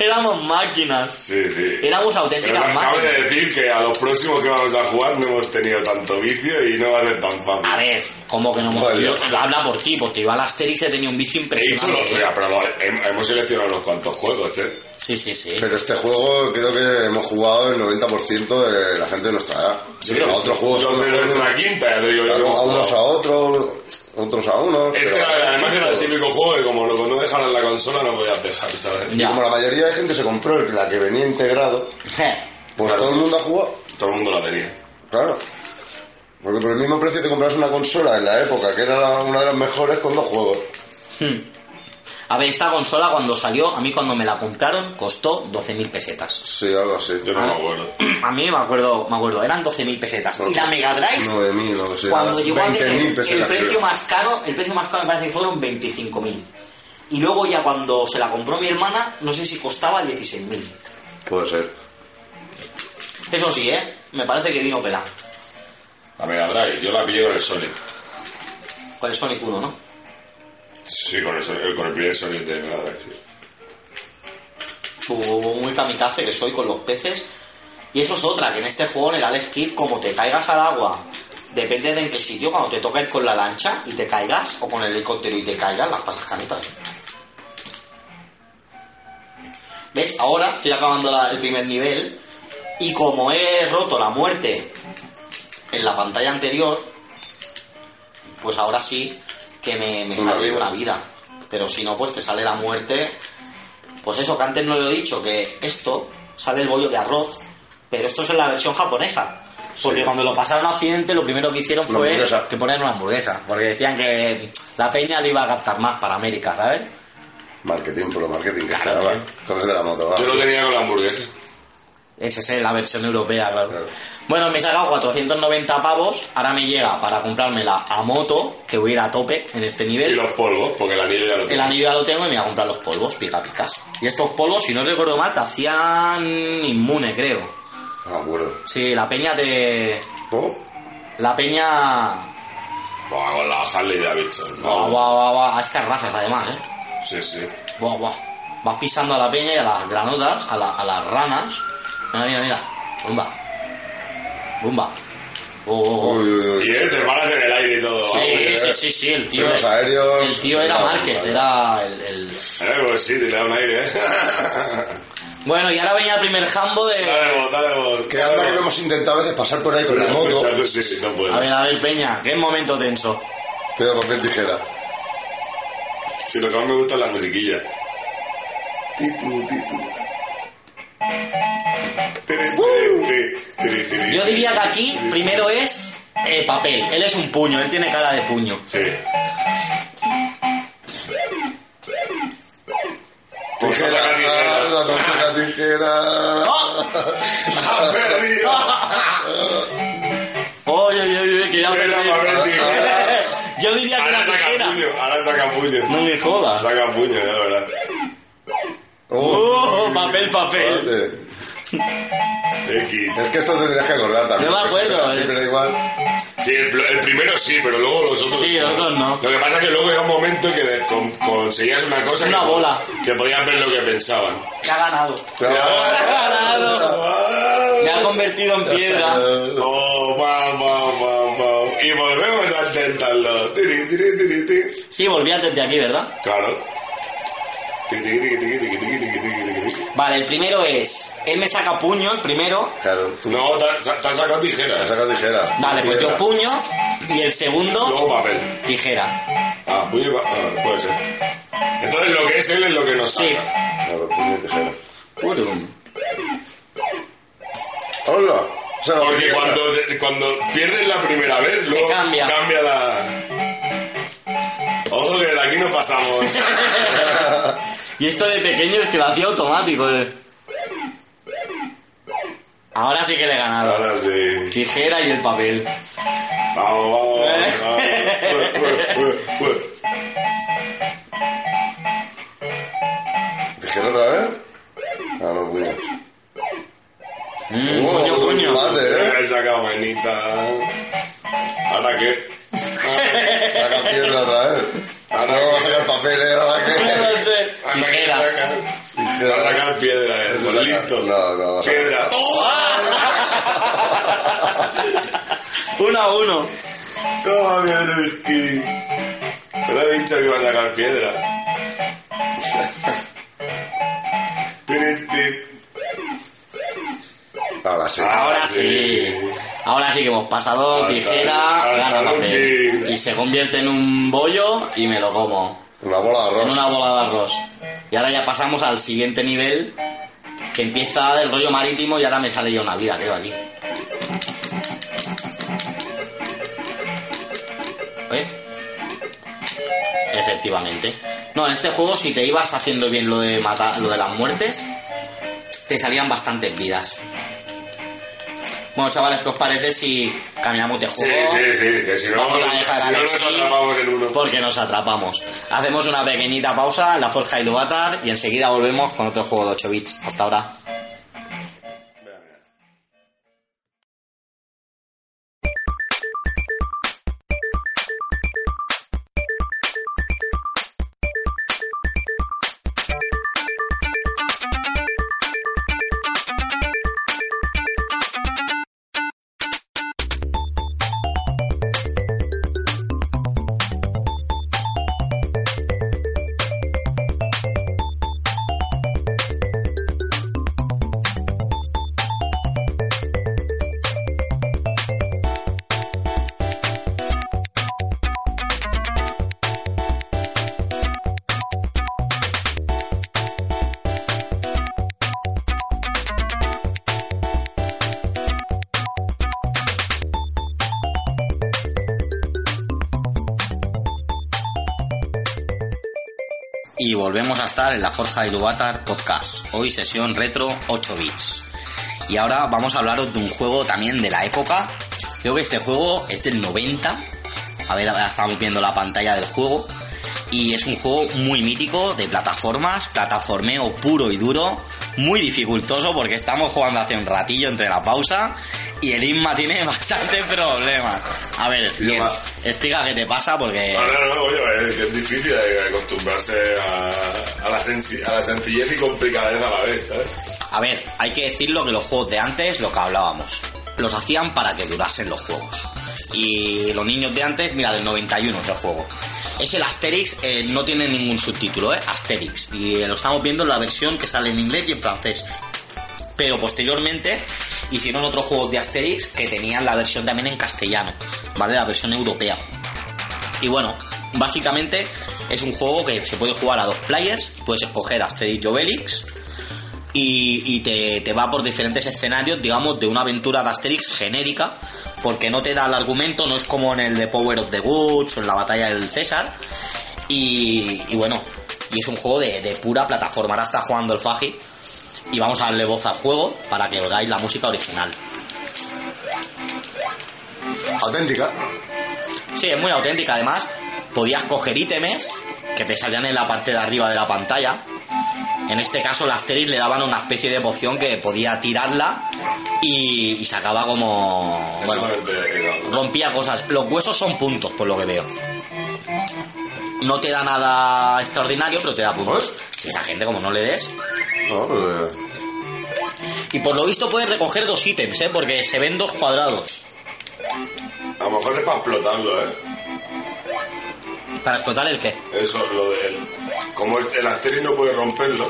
Speaker 2: Éramos máquinas.
Speaker 4: Sí, sí.
Speaker 2: Éramos
Speaker 4: Pero
Speaker 2: auténticas
Speaker 4: acabo
Speaker 2: máquinas.
Speaker 4: de decir que a los próximos que vamos a jugar no hemos tenido tanto vicio y no va a ser tan
Speaker 2: A
Speaker 3: Ah,
Speaker 4: fácil.
Speaker 2: ver, como que no me
Speaker 3: Joder.
Speaker 2: yo- yo habla por ti, porque yo al Asterix he tenido un vicio
Speaker 4: He dicho los,
Speaker 2: impresionante. ¿eh?
Speaker 4: mira, pero lo- hem- hemos seleccionado unos cuantos juegos, ¿eh?
Speaker 2: Sí, sí, sí.
Speaker 3: Pero este juego creo que hemos jugado el 90% de la gente de nuestra edad.
Speaker 2: creo que
Speaker 3: a otros juegos.
Speaker 4: Los de nuestra quinta, ya te digo yo. que
Speaker 3: Claro,
Speaker 4: hemos
Speaker 3: a unos a
Speaker 4: jugado.
Speaker 3: otros, otros a unos.
Speaker 4: Este
Speaker 3: pero-
Speaker 4: era- además era el típico juego que como lo no dejaran en la consola no podías dejar, ¿sabes?
Speaker 3: Y
Speaker 2: Ya.
Speaker 3: como la mayoría de gente se compró el- la que venía integrado, pues
Speaker 4: Claro.
Speaker 3: todo el mundo ha jugado.
Speaker 4: Todo el mundo la tenía.
Speaker 3: Claro. Porque por el mismo precio te compras una consola en la época, que era la- una de las mejores con dos juegos.
Speaker 2: A ver, esta consola cuando salió, a mí cuando me la compraron, costó 12.000 pesetas.
Speaker 3: Sí, algo así.
Speaker 4: Yo no me acuerdo.
Speaker 2: A mí me acuerdo, me acuerdo, eran 12.000 pesetas. Y la Mega Drive,
Speaker 3: 9.000, no sé.
Speaker 2: cuando
Speaker 3: nada.
Speaker 2: llegó a
Speaker 3: 20.000
Speaker 2: el, el
Speaker 3: pesetas.
Speaker 2: precio
Speaker 3: creo.
Speaker 2: más caro, el precio más caro me parece que fueron 25.000. Y luego ya cuando se la compró mi hermana, no sé si costaba 16.000.
Speaker 3: Puede ser.
Speaker 2: Eso sí, ¿eh? Me parece que vino pelado.
Speaker 4: La Mega Drive, yo la pillé con el Sonic.
Speaker 2: Con el Sonic 1, ¿no?
Speaker 4: Sí, con el, Sonic- con el primer Sonic de Mega Drive. sí.
Speaker 2: Su- muy kamikaze que soy con los peces. Y eso es otra, que en este juego, en el Alex Kid, como te caigas al agua, depende de en qué sitio, cuando te toques con la lancha y te caigas, o con el helicóptero y te caigas, las pasas canetas. ¿Ves? Ahora estoy acabando la- el primer nivel y como he roto la muerte en la pantalla anterior, pues ahora sí que me, me
Speaker 3: Una
Speaker 2: sale
Speaker 3: vida.
Speaker 2: una vida. Pero si no, pues te sale la muerte pues eso, que antes no lo he dicho, que esto sale el bollo de arroz, pero esto es en la versión japonesa. Porque cuando lo pasaron a Occidente, lo primero que hicieron
Speaker 3: Una
Speaker 2: fue
Speaker 3: hamburguesa.
Speaker 2: que poner una hamburguesa. Porque decían que la peña le iba a captar más para América, ¿sabes?
Speaker 3: Marketing, por lo marketing que
Speaker 2: Claro,
Speaker 3: estaba.
Speaker 2: tío.
Speaker 3: Coges de la moto, va.
Speaker 4: Yo lo tenía con la hamburguesa.
Speaker 2: Esa es la versión europea, claro.
Speaker 3: Claro.
Speaker 2: Bueno, me he sacado 490 pavos. Ahora me llega para comprármela a moto, que voy a ir a tope en este
Speaker 4: Y
Speaker 2: nivel.
Speaker 4: los polvos, porque el anillo ya lo
Speaker 2: El
Speaker 4: tenía.
Speaker 2: anillo ya lo tengo y me voy a comprar los polvos, pica picas. Y estos polvos, si no recuerdo mal, te hacían inmune, creo.
Speaker 3: No
Speaker 2: Ah,
Speaker 3: me acuerdo.
Speaker 2: Sí, la peña te,
Speaker 3: ¿Po?
Speaker 2: La peña.
Speaker 4: Buah, con la Harley Davidson.
Speaker 2: Buah,
Speaker 4: vamos.
Speaker 2: buah, buah, buah. Es carrasas, además, ¿eh?
Speaker 4: Sí, sí.
Speaker 2: Buah, buah. Vas pisando a la peña y a las granotas, a, la- a las ranas. Mira, mira, mira. Bumba. Bumba. Oh, oh, oh.
Speaker 3: Uy, uy, uy.
Speaker 4: Y eh, te paras en el aire y todo.
Speaker 2: Sí,
Speaker 4: vamos,
Speaker 2: sí,
Speaker 4: eh.
Speaker 2: sí, sí, el tío.
Speaker 3: Frenos
Speaker 2: era-
Speaker 3: aéreos,
Speaker 2: el tío era
Speaker 3: era
Speaker 2: Márquez,
Speaker 3: brutal.
Speaker 2: era el, el-
Speaker 4: Eh, pues sí, te le da un aire, eh.
Speaker 2: Bueno, y ahora venía el primer jambo de.
Speaker 4: dale vos, dale vos.
Speaker 3: Que anda que lo hemos intentado a veces pasar por ahí con la moto.
Speaker 4: Escuchando, pues, sí, sí, no puedo.
Speaker 2: A ver, a ver, Peña, que es momento tenso.
Speaker 3: Pero papel tijera.
Speaker 4: Si lo que más me gusta es la musiquilla. Titu, titu. Tere, tere, tere, tere,
Speaker 2: Uh. Yo diría que
Speaker 4: tere,
Speaker 2: aquí
Speaker 4: tere.
Speaker 2: primero es eh, papel. Él es un puño, él tiene cara de puño.
Speaker 4: Sí.
Speaker 2: Pues
Speaker 4: Vamos a sacar
Speaker 3: Tijera, ah,
Speaker 4: dinero.
Speaker 3: la tortuga tijera.
Speaker 2: ¡Ah!
Speaker 4: ¡Ha perdido!
Speaker 2: Oye, oye, oye, que ya
Speaker 4: Era
Speaker 2: perdí.
Speaker 4: papel tijera.
Speaker 2: Yo diría que
Speaker 4: Ahora
Speaker 2: la
Speaker 4: saca
Speaker 2: tijera.
Speaker 4: puño, ahora saca puño.
Speaker 2: No me jodas.
Speaker 4: Saca puño, ya, la verdad.
Speaker 3: Oh,
Speaker 2: Oh, papel, papel.
Speaker 3: espérate.
Speaker 4: X.
Speaker 3: Es que esto te tendrías que acordar también.
Speaker 2: No me
Speaker 3: que
Speaker 2: acuerdo,
Speaker 3: siempre-
Speaker 2: es-
Speaker 3: Siempre da igual.
Speaker 4: Sí, el, pl- el primero sí, pero luego los otros.
Speaker 2: Sí, los otros no.
Speaker 4: Lo que pasa es que luego era un momento que de- con- conseguías una cosa.
Speaker 2: Una
Speaker 4: que, po-
Speaker 2: bola.
Speaker 4: Que podías ver lo que pensaban.
Speaker 2: Me ha ganado. ganado. Me ha
Speaker 4: ¡Oh,
Speaker 2: convertido en piedra.
Speaker 4: wow, wow, wow, wow! Y volvemos a intentarlo. Tiri, tiri, tiri, tiri.
Speaker 2: Sí, volví antes de aquí, ¿verdad?
Speaker 4: Claro. Tiri, tiri, tiri, tiri, tiri, tiri, tiri, tiri.
Speaker 2: Vale, el primero es. Él me saca puño, el primero.
Speaker 3: Claro. Tú
Speaker 4: No, te has te has sacado tijeras.
Speaker 3: sacas tijera.
Speaker 2: Dale, pues yo
Speaker 3: Tijera.
Speaker 2: puño. Y el segundo,
Speaker 4: Luego papel.
Speaker 2: tijera.
Speaker 4: Ah, puño y pa- ah, puede ser. Entonces lo que es él es lo que nos saca.
Speaker 2: Sí.
Speaker 3: Claro, puño y tijera. ¡Hola! O sea,
Speaker 4: Porque cuando, cuando pierdes la primera vez, luego
Speaker 2: cambia.
Speaker 4: la. Ojo que de aquí no pasamos.
Speaker 2: Y esto de pequeño es que lo hacía automático, eh. Ahora sí que le he ganado.
Speaker 4: Ahora sí.
Speaker 2: Tijera y el papel.
Speaker 4: Vamos, vamos. vamos.
Speaker 2: Eh.
Speaker 3: ¿Tijera otra vez? Ah, no, puño.
Speaker 2: Mm,
Speaker 3: Wow,
Speaker 2: puño,
Speaker 4: Oh,
Speaker 2: puño.
Speaker 3: Empate, ¿eh?
Speaker 4: Ya he sacado manita. ¿Ahora qué?
Speaker 3: Saca piedra otra vez. Ah,
Speaker 4: Ahora
Speaker 3: No, va a sacar papel, ¿eh? Ahora
Speaker 2: No
Speaker 3: que...
Speaker 2: sé.
Speaker 4: Ahora qué
Speaker 2: Tijera.
Speaker 4: saca. Va a
Speaker 3: Tijera.
Speaker 4: sacar piedra, eh. Pues
Speaker 3: Saca-
Speaker 4: listo.
Speaker 3: No, no, va a sacar-
Speaker 4: Piedra.
Speaker 2: Uno a uno.
Speaker 4: Toma, Bielski. Te lo he dicho que iba a sacar piedra. Tiri, tiri.
Speaker 3: Ahora sí.
Speaker 2: Ahora sí. Ahora sí que hemos pasado
Speaker 4: Hasta-
Speaker 2: tijera,
Speaker 4: hasta
Speaker 2: gana
Speaker 4: el
Speaker 2: papel.
Speaker 4: último.
Speaker 2: Y se convierte en un bollo y me lo como.
Speaker 3: Una bola de
Speaker 2: En
Speaker 3: arroz.
Speaker 2: una bola de arroz. Y ahora ya pasamos al siguiente nivel, que empieza el rollo marítimo y ahora me sale ya una vida, creo, aquí. ¿Eh? Efectivamente. No, en este juego si te ibas haciendo bien lo de matar, lo de las muertes, te salían bastantes vidas. Bueno, chavales, ¿qué os parece si cambiamos de
Speaker 4: Sí,
Speaker 2: juego?
Speaker 4: sí, sí, que si no,
Speaker 2: Vamos a dejar
Speaker 4: si
Speaker 2: a
Speaker 4: no nos
Speaker 2: Alexis.
Speaker 4: atrapamos en uno.
Speaker 2: Porque nos atrapamos. Hacemos una pequeñita pausa en la Forja y Luvatar y enseguida volvemos con otro juego de 8 bits. Hasta ahora. Y volvemos a estar en la Forja y Luvatar podcast. Hoy sesión retro 8 bits. Y ahora vamos a hablaros de un juego también de la época. Creo que este juego es del 90. A ver, ahora estamos viendo la pantalla del juego. Y es un juego muy mítico de plataformas, plataformeo puro y duro, muy dificultoso porque estamos jugando hace un ratillo entre la pausa y el Inma tiene bastantes problemas. A ver, Jens,
Speaker 3: más.
Speaker 2: explica qué te pasa porque...
Speaker 4: No, no, no, oye, es que es difícil eh, acostumbrarse a, a la senci- a la sencillez y complicadez a la vez, ¿sabes?
Speaker 2: A ver, hay que decirlo que los juegos de antes, lo que hablábamos, los hacían para que durasen los juegos. Y los niños de antes, mira, del 91 es el juego. Es el Asterix, eh, no tiene ningún subtítulo, ¿eh? Asterix. Y eh, lo estamos viendo en la versión que sale en inglés y en francés. Pero posteriormente hicieron otros juegos de Asterix que tenían la versión también en castellano, ¿vale? La versión europea. Y bueno, básicamente es un juego que se puede jugar a dos players, puedes escoger Asterix y Obelix, y, y te, te va por diferentes escenarios, digamos, de una aventura de Asterix genérica, porque no te da el argumento, no es como en el de Power of the Goods o en la batalla del César. Y, y bueno, y es un juego de, de pura plataforma. Ahora está jugando el Faji y vamos a darle voz al juego para que oigáis la música original.
Speaker 3: Auténtica.
Speaker 2: Sí, es muy auténtica. Además, podías coger ítems que te salían en la parte de arriba de la pantalla. En este caso, las Asterix le daban una especie de poción que podía tirarla y, y sacaba como. Bueno,
Speaker 4: Exactamente, claro.
Speaker 2: rompía cosas. Los huesos son puntos, por lo que veo. No te da nada extraordinario, pero te da puntos.
Speaker 3: Pues.
Speaker 2: Si esa gente, como no le des.
Speaker 3: No, pues,
Speaker 4: eh.
Speaker 2: Y por lo visto, puedes recoger dos ítems, ¿eh? Porque se ven dos cuadrados.
Speaker 4: A lo mejor es para explotarlo, ¿eh?
Speaker 2: ¿Para explotar el qué?
Speaker 4: Eso, lo del... Como este- el Asterix no puede romperlos,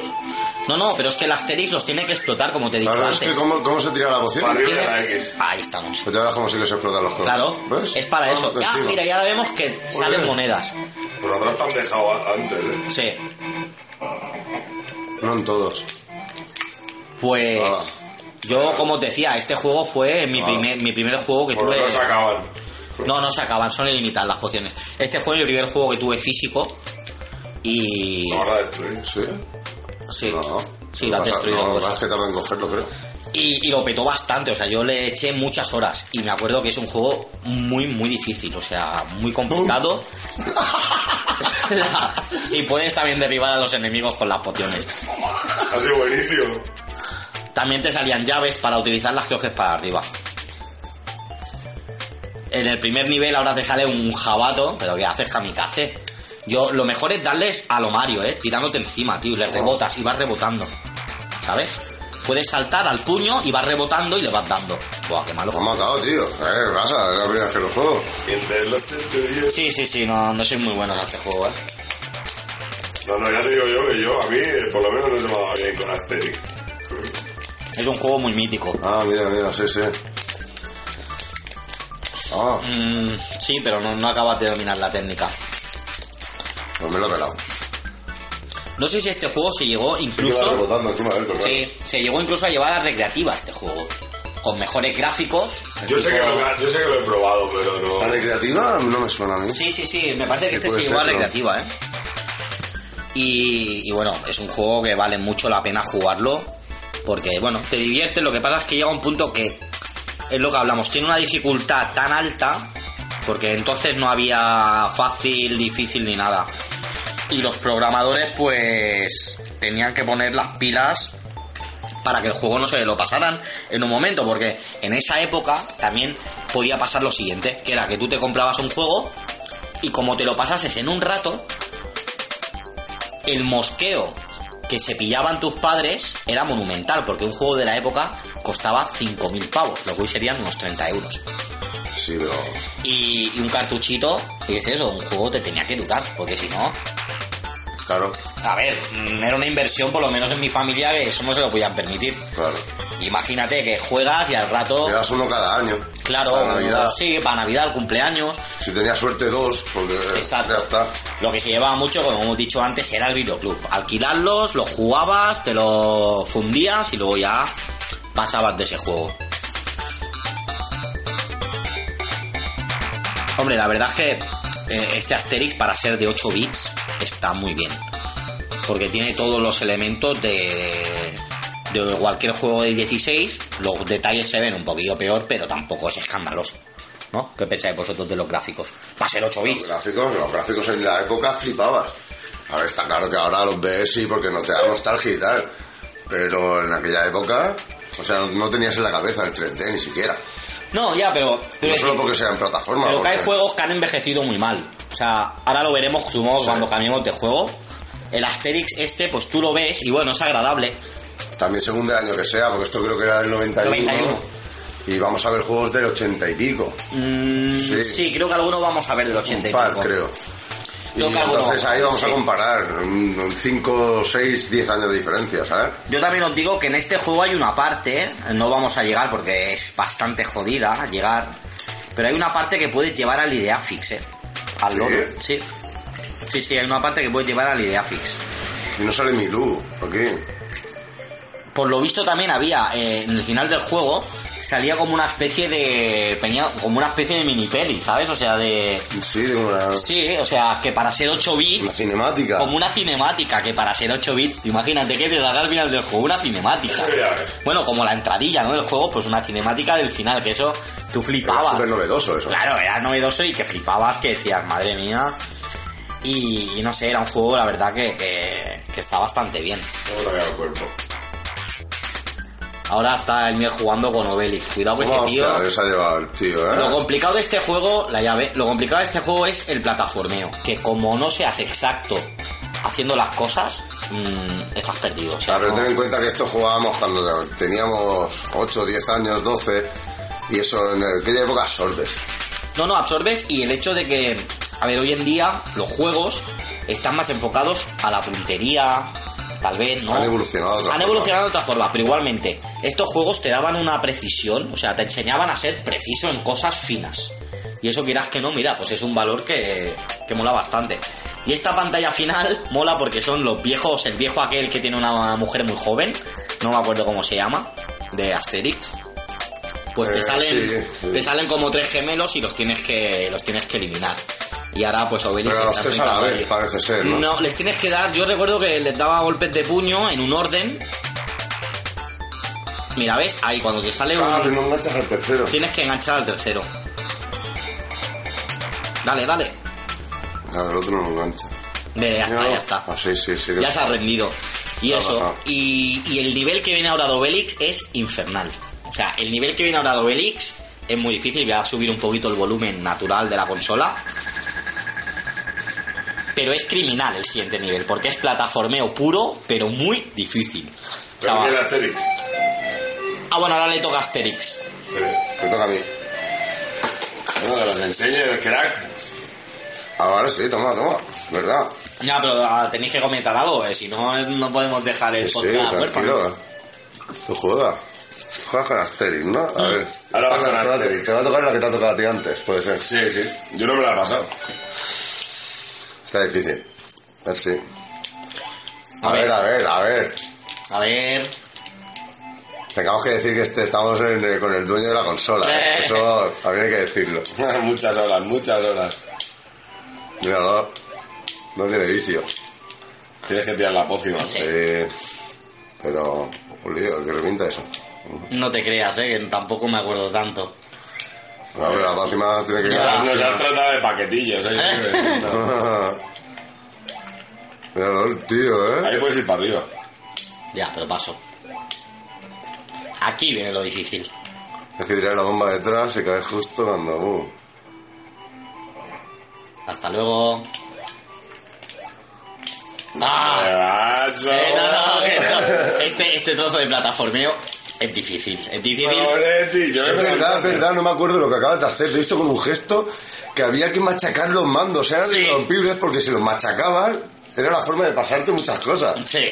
Speaker 2: No, no, pero es que el Asterix los tiene que explotar, como te he dicho
Speaker 3: claro, es
Speaker 2: antes.
Speaker 3: que ¿cómo, cómo se tira la
Speaker 4: para
Speaker 3: poción?
Speaker 4: arriba de
Speaker 2: ¿Entiendes?
Speaker 4: la X.
Speaker 2: Ahí estamos.
Speaker 3: Pues ya verás cómo si les explotan los codos.
Speaker 2: Claro,
Speaker 3: ¿Ves?
Speaker 2: es para
Speaker 3: Ah,
Speaker 2: eso. Ah,
Speaker 3: encima.
Speaker 2: mira, ya vemos que salen
Speaker 3: bien.
Speaker 2: monedas.
Speaker 4: Pero atrás te han dejado a- antes, ¿eh?
Speaker 2: Sí.
Speaker 3: No en todos.
Speaker 2: Pues
Speaker 3: Ah.
Speaker 2: yo, como os decía, este juego fue mi primer, mi primer juego que
Speaker 4: Porque
Speaker 2: tuve.
Speaker 4: no se acaban.
Speaker 2: No, no se acaban, son ilimitadas las pociones. Este fue mi primer juego que tuve físico. Y.
Speaker 4: Vamos a destruir.
Speaker 3: Sí.
Speaker 2: Sí.
Speaker 3: Ah. No.
Speaker 2: Sí, lo has
Speaker 3: Pasa-
Speaker 2: destruido
Speaker 3: No,
Speaker 2: en
Speaker 3: lo que pasa
Speaker 2: cosas.
Speaker 3: es que tardan en cogerlo, creo.
Speaker 2: Y, y lo petó bastante, o sea, yo le eché muchas horas. Y me acuerdo que es un juego muy, muy difícil, o sea, muy complicado. La- si puedes también derribar a los enemigos con las pociones.
Speaker 4: Ha sido buenísimo.
Speaker 2: También te salían llaves para utilizar las clojes para arriba. En el primer nivel ahora te sale un jabato, pero ¿qué haces, kamikaze? Yo, lo mejor es darles a lo Mario, ¿eh? Tirándote encima, tío, y le rebotas y vas rebotando. ¿Sabes? Puedes saltar al puño y vas rebotando y le vas dando. Buah, qué malo.
Speaker 3: Lo han matado, tío. A ver, ¿qué pasa? Es la primera vez que lo juego.
Speaker 4: Y entre los siete días-
Speaker 2: Sí, sí, sí, no, no soy muy bueno en este juego, ¿eh?
Speaker 4: No, no, ya te digo yo que yo, a mí, eh, por lo menos no se me ha dado bien con Asterix.
Speaker 2: Es un juego muy mítico.
Speaker 3: Ah, mira, mira, sí, sí. Ah,
Speaker 2: Mm, sí, pero no, no acabas de dominar la técnica.
Speaker 3: pues me lo he pelado.
Speaker 2: No sé si este juego se llegó incluso...
Speaker 4: Iba rebotando encima del corral.
Speaker 2: Sí, se llegó incluso a llevar a recreativa este juego. Con mejores gráficos.
Speaker 4: Yo sé, que lo, yo sé que lo he probado, pero
Speaker 3: ¿La
Speaker 4: no.
Speaker 3: recreativa? No me suena a mí.
Speaker 2: Sí, sí, sí, me parece que
Speaker 3: Sí,
Speaker 2: este se
Speaker 3: puede
Speaker 2: llevó a
Speaker 3: ser, ¿no?
Speaker 2: recreativa, ¿eh? Y, y bueno, es un juego que vale mucho la pena jugarlo. Porque, bueno, te divierte. Lo que pasa es que llega un punto que es lo que hablamos. Tiene una dificultad tan alta. Porque entonces no había fácil, difícil ni nada. Y los programadores, pues, tenían que poner las pilas para que el juego no se lo pasaran en un momento, porque en esa época también podía pasar lo siguiente, que era que tú te comprabas un juego y como te lo pasases en un rato, el mosqueo que se pillaban tus padres era monumental, porque un juego de la época costaba 5.000 pavos, lo que hoy serían unos 30 euros.
Speaker 3: Sí, pero.
Speaker 2: Y, y un cartuchito, y es eso, un juego te tenía que durar, porque si no,
Speaker 3: Claro,
Speaker 2: a ver, mm, era una inversión por lo menos en mi familia que eso no se lo podían permitir.
Speaker 3: claro.
Speaker 2: Imagínate que juegas y al rato,
Speaker 3: Te das uno cada año.
Speaker 2: claro,
Speaker 3: Para Navidad.
Speaker 2: sí, para Navidad, el cumpleaños,
Speaker 3: Si tenías suerte, dos, porque. eh,
Speaker 2: Exacto.
Speaker 3: Ya está.
Speaker 2: lo que se llevaba mucho, como hemos dicho antes, era el videoclub. Alquilarlos, los jugabas, te los fundías y luego ya pasabas de ese juego. Hombre, la verdad es que eh, este Asterix para ser de 8 bits está muy bien. Porque tiene todos los elementos de, de cualquier juego de 16. Los detalles se ven un poquillo peor, pero tampoco es escandaloso. ¿No? ¿Qué pensáis vosotros de los gráficos? Para ser 8
Speaker 3: Los
Speaker 2: bits.
Speaker 3: gráficos, los gráficos en la época flipabas. A ver, está claro que ahora los ves y porque no te da nostalgia y tal. Pero en aquella época, o sea, no tenías en la cabeza el 3D ni siquiera.
Speaker 2: No, ya, pero... pero
Speaker 3: No
Speaker 2: es
Speaker 3: solo
Speaker 2: que-
Speaker 3: porque sean plataformas.
Speaker 2: Pero que hay
Speaker 3: porque-
Speaker 2: juegos que han envejecido muy mal. O sea, ahora lo veremos, supongo, cuando cambiemos de juego. El Asterix este, pues tú lo ves y bueno, es agradable.
Speaker 3: También según del año que sea, porque esto creo que era del 91.
Speaker 2: 91.
Speaker 3: Y vamos a ver juegos del 80 y pico.
Speaker 2: Mm, sí.
Speaker 3: Sí.
Speaker 2: creo que alguno vamos a ver del 80
Speaker 3: Un
Speaker 2: y
Speaker 3: par,
Speaker 2: pico.
Speaker 3: creo. Y
Speaker 2: Creo que alguno-
Speaker 3: entonces ahí vamos
Speaker 2: sí.
Speaker 3: a comparar 5, 6, 10 años de diferencia, ¿sabes?
Speaker 2: Yo también os digo que en este juego hay una parte, no vamos a llegar porque es bastante jodida llegar, pero hay una parte que puedes llevar al Ideafix, ¿eh? Al
Speaker 3: ¿Sí?
Speaker 2: loro, sí. Sí, sí, hay una parte que puedes llevar al Ideafix.
Speaker 3: Y no sale Milú, aquí.
Speaker 2: por lo visto también había eh, en el final del juego salía como una especie de tenía como una especie de mini peli, ¿sabes? O sea, de
Speaker 3: Sí, de una,
Speaker 2: sí, o sea, que para ser 8
Speaker 3: una
Speaker 2: bits
Speaker 3: cinemática.
Speaker 2: como una cinemática que para ser 8 bits, imagínate que te salga al final del juego una cinemática.
Speaker 4: Ya ves.
Speaker 2: Bueno, como la entradilla, ¿no? del juego, pues una cinemática del final, que eso tú
Speaker 3: Era
Speaker 2: flipabas.
Speaker 3: súper novedoso eso.
Speaker 2: Claro, era novedoso y que flipabas, que decías, madre mía. Y, y no sé, era un juego, la verdad, que, que, que está bastante bien.
Speaker 4: Vamos a ver el cuerpo.
Speaker 2: Ahora está el mío jugando con Obelix. Cuidado
Speaker 4: Pues
Speaker 2: que ese
Speaker 4: este
Speaker 2: tío.
Speaker 3: Vamos, hostia, que se ha llevado el tío, ¿eh?
Speaker 2: Lo complicado de este juego, la llave, lo complicado de este juego es el plataformeo. Que como no seas exacto haciendo las cosas, mm, estás perdido. O sea,
Speaker 3: Claro, pero
Speaker 2: no-
Speaker 3: ten en cuenta que esto jugábamos cuando teníamos 8, 10 años, 12, y eso en aquella época absorbes.
Speaker 2: No, no, absorbes y el hecho de que, a ver, hoy en día los juegos están más enfocados a la puntería, tal vez, ¿no?
Speaker 3: Han evolucionado de otra
Speaker 2: Han
Speaker 3: forma.
Speaker 2: evolucionado de otra forma, pero igualmente, estos juegos te daban una precisión, o sea, te enseñaban a ser preciso en cosas finas. Y eso quieras que no, mira, pues es un valor que, que mola bastante. Y esta pantalla final mola porque son los viejos, el viejo aquel que tiene una mujer muy joven, no me acuerdo cómo se llama, de Asterix. Pues te
Speaker 3: Eh,
Speaker 2: salen,
Speaker 3: sí, sí.
Speaker 2: te salen como tres gemelos y los tienes que los tienes que eliminar. Y ahora pues Obelix
Speaker 3: Pero a los
Speaker 2: está
Speaker 3: tres a la
Speaker 2: enfrentando
Speaker 3: vez,
Speaker 2: a-
Speaker 3: parece ser,
Speaker 4: Mm.
Speaker 3: ¿no?
Speaker 2: No, les tienes que dar, yo recuerdo que les daba golpes de puño en un orden. Mira, ¿ves? Ahí cuando te sale
Speaker 3: Ah, pero
Speaker 2: un
Speaker 3: no enganchas al tercero.
Speaker 2: tienes que enganchar al tercero. Dale, dale.
Speaker 3: Claro, Ah, el otro no lo engancha.
Speaker 2: Ve, ya está,
Speaker 3: No.
Speaker 2: ya está.
Speaker 3: Ah, sí, sí, sí.
Speaker 2: Ya se ha rendido. Y
Speaker 3: Ya ha
Speaker 2: eso,
Speaker 3: pasado.
Speaker 2: y, y el nivel que viene ahora de Obelix es infernal. O sea, el nivel que viene ahora de Obelix es muy difícil. Voy a subir un poquito el volumen natural de la consola. Pero es criminal el siguiente nivel, porque es plataformeo puro, pero muy difícil. O sea,
Speaker 4: Pero mira el
Speaker 2: va-
Speaker 4: Asterix.
Speaker 2: ah, bueno, ahora le toca a Asterix.
Speaker 4: Sí.
Speaker 3: Me toca a mí.
Speaker 4: Bueno, que los enseñe el crack.
Speaker 3: Ahora Ah, sí, toma, toma. ¿Verdad?
Speaker 2: Ya, pero ah, tenéis que comentar algo, eh, si no, eh, no podemos dejar el
Speaker 3: Sí, sí,
Speaker 2: podcast huérfano.
Speaker 3: tranquilo. Tú juegas. Juegas con Asterix, ¿no? A ver.
Speaker 4: Mm. Ahora vas
Speaker 3: Te
Speaker 4: con
Speaker 3: va a tocar-
Speaker 4: Asterix.
Speaker 3: Te va a tocar la que te ha tocado a ti antes, puede ser.
Speaker 4: Sí, sí. Yo no me la he pasado.
Speaker 3: Está difícil. A ver si.
Speaker 2: A
Speaker 3: A
Speaker 2: ver.
Speaker 3: ver, a ver, a ver.
Speaker 2: A ver,
Speaker 3: Tengamos que decir que este- estamos en- eh, con el dueño de la consola. ¿eh? Eso también hay que decirlo.
Speaker 4: muchas horas, muchas horas.
Speaker 3: Míralo. No tiene vicio.
Speaker 4: Tienes que tirar la pócima.
Speaker 2: Sí.
Speaker 3: Eh, pero, jolío, ¿qué revienta eso?
Speaker 2: No te creas, eh, que tampoco me acuerdo tanto.
Speaker 3: A ver, la próxima tiene que
Speaker 4: Nos
Speaker 3: ganar.
Speaker 4: has- Nos has tratado de paquetillos, ¿eh?
Speaker 3: Mira, LOL, tío, ¿eh?
Speaker 4: Ahí puedes ir para arriba.
Speaker 2: Ya, pero paso. Aquí viene lo difícil.
Speaker 3: Es que tirar la bomba detrás y caer justo cuando... uh.
Speaker 2: Hasta luego. ¡Ah!
Speaker 4: ¡Pedazo!
Speaker 2: Eh, no, no, que esto- este, este trozo de plataformeo es difícil. Es difícil.
Speaker 4: Sobreti, yo me
Speaker 3: Es verdad, es
Speaker 4: preguntaba-
Speaker 3: verdad, no me acuerdo lo que acabas de hacer. Lo he visto con un gesto que había que machacar los mandos. Eran
Speaker 2: Sí.
Speaker 3: irrompibles porque si los machacabas era la forma de pasarte muchas cosas.
Speaker 2: Sí.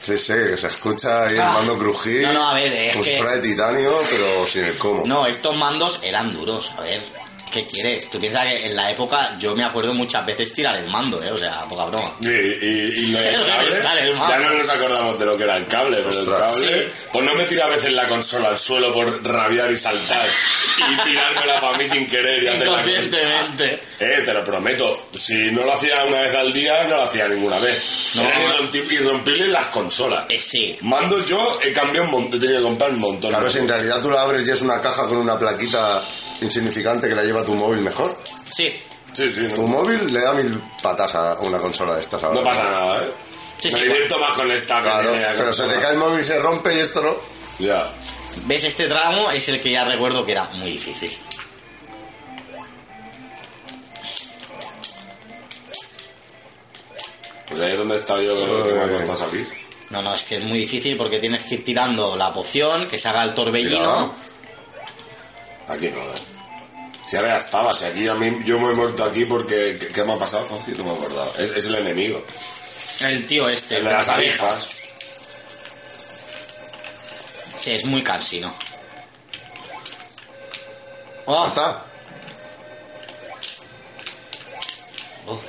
Speaker 3: Sí, sí, que se escucha ahí el
Speaker 2: Ah.
Speaker 3: mando crujir.
Speaker 2: No, no, a ver, es
Speaker 3: como si
Speaker 2: que-
Speaker 3: fuera de titanio, pero sin el cómo.
Speaker 2: No, estos mandos eran duros. A ver, ¿qué quieres? Tú piensas que en la época yo me acuerdo muchas veces tirar el mando, ¿eh? O sea, poca broma.
Speaker 4: Y, y- y lo del cable,
Speaker 2: Dale, hermano.
Speaker 4: ya no nos acordamos de lo que era el cable, pero el
Speaker 3: Ostras.
Speaker 4: cable, pues no me tira a veces la consola al suelo por rabiar y saltar y tirármela para mí sin querer y hacer la
Speaker 2: Inconscientemente.
Speaker 4: Eh, te lo prometo, si no lo hacía una vez al día, no lo hacía ninguna vez.
Speaker 2: No.
Speaker 4: Eran irrompi- irrompibles las consolas.
Speaker 2: Eh, sí.
Speaker 4: Mando yo he cambiado un montón, he tenido que comprar un montón.
Speaker 3: Claro, si en realidad tú la abres y es una caja con una plaquita insignificante que la lleva tu móvil mejor.
Speaker 2: Sí.
Speaker 4: Sí, sí,
Speaker 3: Tu
Speaker 4: no,
Speaker 3: móvil le da mil patas a una consola de estas ahora.
Speaker 4: no pasa nada, ¿eh?
Speaker 2: Sí,
Speaker 4: me
Speaker 2: sí,
Speaker 4: divierto más con esta que
Speaker 3: Claro,
Speaker 4: tiene la
Speaker 3: pero se
Speaker 4: consola.
Speaker 3: te cae el móvil, se rompe y esto no.
Speaker 4: Ya.
Speaker 2: ¿Ves? Este tramo es el que ya recuerdo que era muy difícil.
Speaker 4: Pues ahí es donde estaba yo que lo que me ha costado salir.
Speaker 2: No, no, es que es muy difícil porque tienes que ir tirando la poción, que se haga el
Speaker 4: Mira.
Speaker 2: torbellino.
Speaker 4: Aquí no, ¿eh? Si ahora ya estaba, si aquí a mí, yo me he muerto aquí porque, ¿qué, qué me ha pasado? Fácil, no me he acordado. Es, es el enemigo.
Speaker 2: El tío este.
Speaker 4: El de
Speaker 2: con
Speaker 4: las abejas.
Speaker 2: Sí, es muy cansino. Oh,
Speaker 4: Ah.
Speaker 3: Está.
Speaker 2: oh.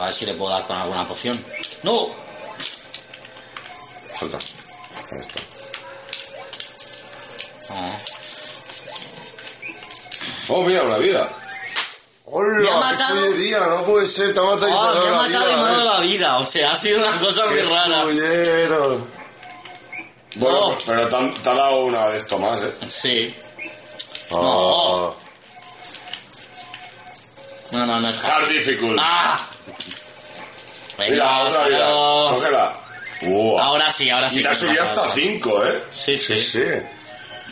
Speaker 2: A ver si le puedo dar con alguna poción. ¡No!
Speaker 3: Suelta. Ahí está.
Speaker 4: Ah.
Speaker 2: Oh.
Speaker 4: Oh, mira, una vida.
Speaker 3: ¡Hola!
Speaker 2: Me ha
Speaker 3: ¡Qué
Speaker 2: matado.
Speaker 3: follería! No puede ser, te ha matado y
Speaker 2: Oh, me
Speaker 3: te ha
Speaker 2: ha
Speaker 3: dado la
Speaker 2: matado y me ha
Speaker 3: vida,
Speaker 2: dado
Speaker 3: ¿eh?
Speaker 2: la vida. O sea, ha sido una cosa muy
Speaker 3: ¡Qué
Speaker 2: rara.
Speaker 3: follero!
Speaker 4: Bueno, pues,
Speaker 2: No.
Speaker 4: pero te han- te ha dado una de esto más, ¿eh?
Speaker 2: Sí.
Speaker 3: Ah.
Speaker 2: No, no, no es
Speaker 4: Hard difficult.
Speaker 2: ¡Ah!
Speaker 4: mira,
Speaker 2: Venga,
Speaker 4: otra
Speaker 2: hasta
Speaker 4: vida.
Speaker 2: luego.
Speaker 4: Cógela. Buah.
Speaker 2: Ahora sí, ahora sí.
Speaker 4: y te has
Speaker 2: que
Speaker 4: subido
Speaker 2: me ha
Speaker 4: hasta
Speaker 2: dado.
Speaker 4: 5, ¿eh?
Speaker 2: Sí,
Speaker 3: Sí,
Speaker 2: sí.
Speaker 3: sí.